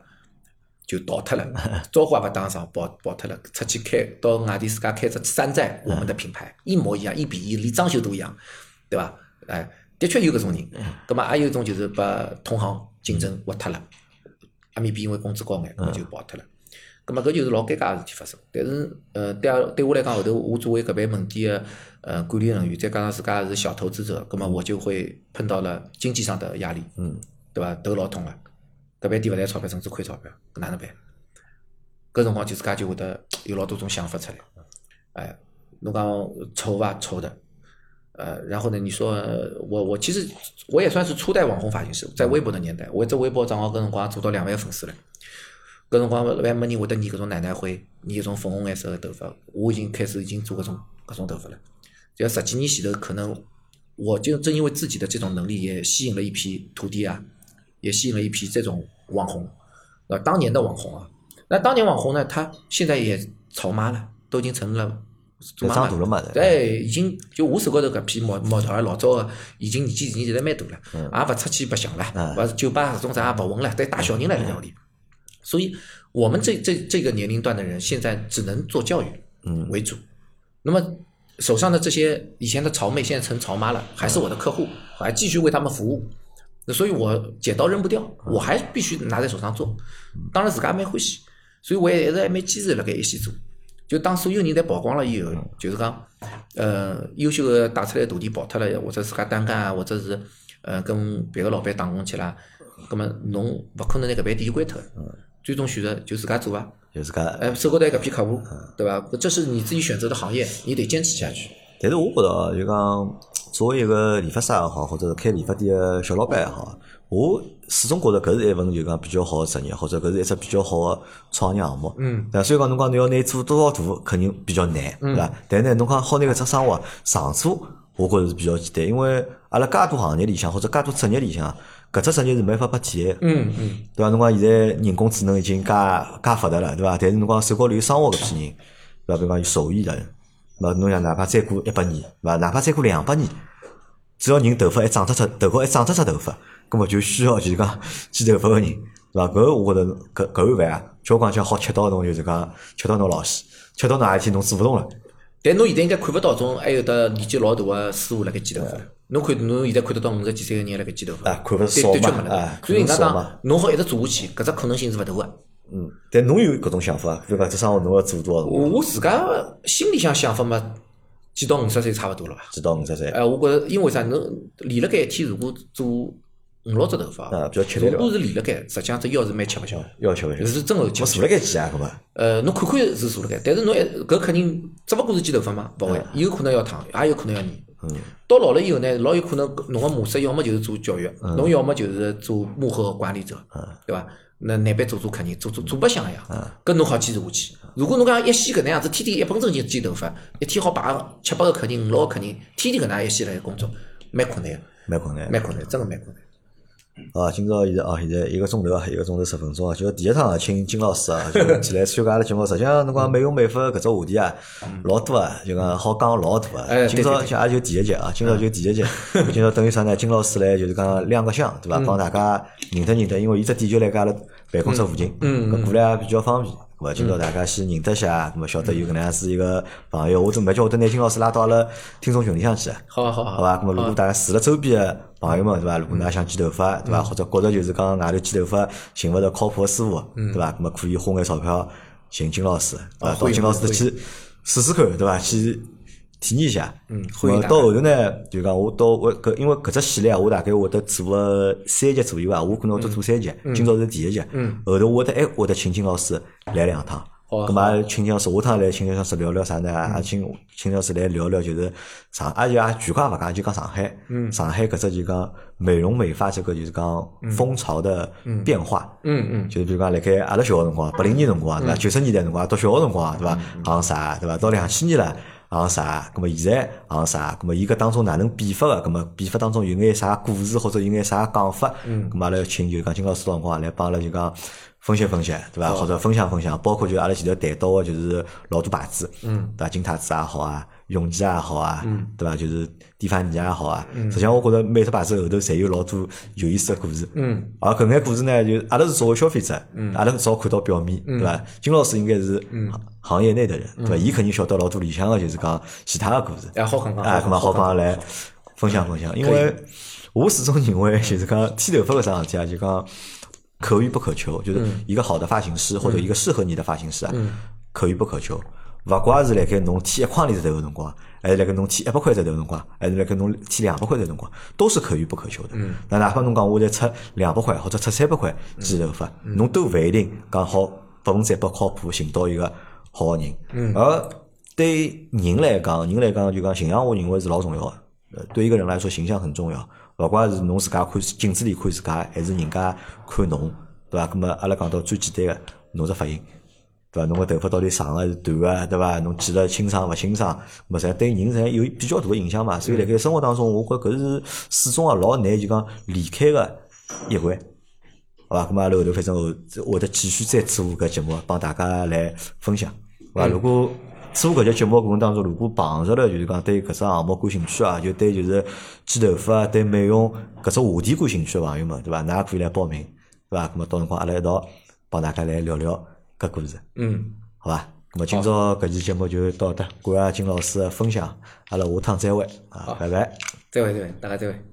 就逃脱了，招呼也勿打上，跑跑脱了，出去开到外地自家开只山寨我们的品牌，一模一样，一比一，连装修都一样，对伐？哎，的确有搿种人，葛末也有一种就是把同行竞争挖脱了，阿面比因为工资高眼，葛末就跑脱了。咁啊么搿就是老尴尬个事体发生。但是，呃，对啊，对我来讲，后头我作为搿爿门店个呃管理人员，再加上自家是小投资者，咁么啊我就会碰到了经济上的压力，嗯，对伐？头老痛了，搿爿店勿赚钞票，甚至亏钞票，搿哪能办？搿辰光就自家就会得有老多种想法出来。哎，侬讲丑伐？丑的。呃，然后呢？你说呃我我其实我也算是初代网红发型师，在微博的年代，我这微博账号搿辰光做到两万粉丝了。搿辰光还没人会得染搿种奶奶灰，染搿种粉红颜色个头发。我已经开始已经做搿种搿种头发了。就十几年前头，可能我就正因为自己的这种能力，也吸引了一批徒弟啊，也吸引了一批这种网红，呃，当年的网红啊。那当年网红呢，他现在也潮妈了，都已经成了做妈妈长大了嘛对对，已经就我手高头搿批模模特儿老早个，啊已经年纪已经现在蛮大了，也勿出去白相了，勿是酒吧搿种啥也勿混了，对，带小人了在屋里。所以我们这这这个年龄段的人，现在只能做教育为主。那么手上的这些以前的潮妹，现在成潮妈了，还是我的客户，我还继续为他们服务。那所以，我剪刀扔不掉，我还必须拿在手上做。当然，自家蛮欢喜，所以我也一直还蛮坚持辣盖一线做。就当所有人侪曝光了以后，就是讲，呃，优秀的带出来的徒弟跑脱了，或者自家单干啊，或者是呃跟别个老板打工去啦，葛么侬勿可能拿搿爿店关脱，最终选择就自家做伐？就自家哎，手高头有搿批客户，对伐？这是你自己选择的行业，你得坚持下去。但是我觉得啊，就讲作为一个理发师也好，或者是开理发店的小老板也好，我始终觉得搿是一份就讲比较好的职业，或者搿是一只比较好的创业项目。嗯，对吧。所以讲侬讲侬要拿伊做多少大，肯定比较难，对伐？但呢，侬讲好拿搿只生活长做，我觉着是比较简单，因为阿拉介多行业里向或者介多职业里向，搿只职业是没法被替代的。嗯嗯，对伐？侬讲现在人工智能已经介介发达了，对伐？但是侬讲手高头有生活搿批人，对伐？比如讲有手艺人，那侬想哪怕再过一百年，对伐？哪怕再过两百年，只要人头发还长出出，头高还长出出头发，葛末就需要就是讲剪头发个人，对伐？搿我觉着搿搿碗饭啊，交关就好吃到侬就是讲吃到侬老死，吃到哪一天侬做勿动了。但侬现在应该看勿到种还有得年纪老大个师傅辣盖剪头发了。侬看，侬现在看得到五十几岁个人辣盖剪头发啊看勿对少的确嘛没了啊。所以人家看勿少嘛讲，侬好一直做下去，搿只可能性是勿大个。嗯，但侬有搿种想法，比如讲这生活侬要做多少辰我光？我自家心里向想法嘛，剪到五十岁差勿多了吧？直到五十岁哎，，我觉着因为啥，侬连辣盖一天如果做五六只头发，啊比较吃力如了果是连辣盖，实际上只腰是蛮吃勿消的，要吃勿消就。是真个吃我坐勿消辣。盖几啊，搿么？呃，侬看嗯看是坐辣盖，但是侬一搿肯定只勿过是剪头发嘛，勿会，有可能要烫，也有可能要染，到老了以后呢，老有可能侬个模式要么就是做教育，嗯侬要么就是做幕后管理者，对伐？那难办做做客人，做做做白相呀，嗯搿侬好坚持下去。如果侬讲一线搿能样子，天天一本正经剪头发，一天好排七八个客人、五六个客人，天天搿能样一线来工作，蛮困难的，蛮困难。蛮困难，真个蛮困难。啊，今朝现在啊，现在一个钟头啊，一个钟头十分钟啊，就第一趟啊，请金老师啊，就起来参加阿拉节目。实际上，侬嗯讲美容美发搿只话题啊，老多啊，就讲好讲老多啊。哎今朝对对对就也就第一集啊，今朝就第 一集。今朝等于啥呢？金老师来就是讲亮个相，嗯对伐？帮大家认得认得，因为伊只店就辣盖阿拉办公室附近，嗯，搿过来也比较方便。咁啊，今嗯朝大家先认得一下，咁啊，晓得有搿能样子一个朋友，我准备叫我等拿金老师拉到阿拉听众群里向去啊。好好好，好伐？咁么如果大家住辣周边个朋友们，对伐？如果㑚想剪头发，对伐？或者觉着就是讲外头剪头发寻勿着靠谱个师傅，对伐？咁么可以花眼钞票寻金老师，对伐？欢迎到金老师欢这迎去试试看，对伐？去体验一下。嗯欢迎大家到后头呢，就讲我到我搿，因为搿只系列啊我大概会得做个三集左右啊，我可能会得做三集，嗯今朝是第一集，后头我会得还会得请金老师来两趟。好啊嗯咁嘛，请教师，下趟来请教师聊聊啥呢？啊也请请教师来聊聊，就是上，而且啊也全国也勿讲，就讲上海，嗯上海搿只就讲美容美发这个就是讲风潮的变化，嗯嗯。就是比如讲，辣盖阿拉小个辰光，八零年辰光对伐？九十年代辰光，读小学辰光对伐？行啥对伐？到两千年了。行啥？咁么现在行啥？咁么伊搿当中哪能变法个？咁么变法当中有眼啥故事或者有眼啥讲法？咁嘛阿拉要请就讲金老师辰光来帮阿拉就讲分析分析，对伐？或者分享分享，包括就是阿拉前头谈到个就是老多牌子，对伐？金塔子也好啊，永琪也好啊，对伐？就是蒂凡尼也好啊。实际上我觉着每只牌子后头侪有老多有意思个故事。嗯，而搿眼故事呢，就阿拉是作为消费者，阿拉只好看到表面，对伐？金老师应该是行行业内的人，对伐？伊肯定晓得老多里向个，就是讲其他个故事。哎，好看看，啊，咁么好帮看阿拉来分享分享，因为我始终认为就是讲剃头发搿桩事体啊，就讲可遇不可求，就是一个好的发型师或者一个适合你的发型师啊，可遇不可求。勿怪是辣盖侬剃一筐里只头个辰光，还是辣盖侬剃一百块只头个辰光，还是辣盖侬剃两百块只头辰光，都是可遇不可求的。那哪怕侬讲我再出两百块或者出三百块剪头发，侬都勿一定讲好百分之一百靠谱寻到一个好个人。而对人来讲，人来讲就讲形象，我认为是老重要的。呃，对一个人来说，形象很重要，勿怪是侬自家看镜子里看自家，还是人家看侬，对伐？咁么阿拉讲到最简单个，侬只发型，对伐？侬个头发到底长个是短个，对伐？侬剪了清爽勿清爽，咁么实际上对人实际上有比较大个影响嘛。所以辣盖生活当中，我觉着搿是始终啊老难就讲离开个一环。好伐？咁啊嘛，阿拉后头反正后会得继续再做搿节目，帮大家来分享，好伐？如果做搿节节目的过程当中，如果碰着了就是讲对搿只项目感兴趣啊，就对就是剪头发、啊对美容搿只话题感兴趣的朋友们，对伐？㑚也可以来报名，对伐？咁啊么到辰光阿拉一道帮大家来聊聊搿故事，嗯，好伐？咁么今朝搿期节目就到这，感谢金老师的分享，阿拉下趟再会啊，拜拜。再会再会，大家再会。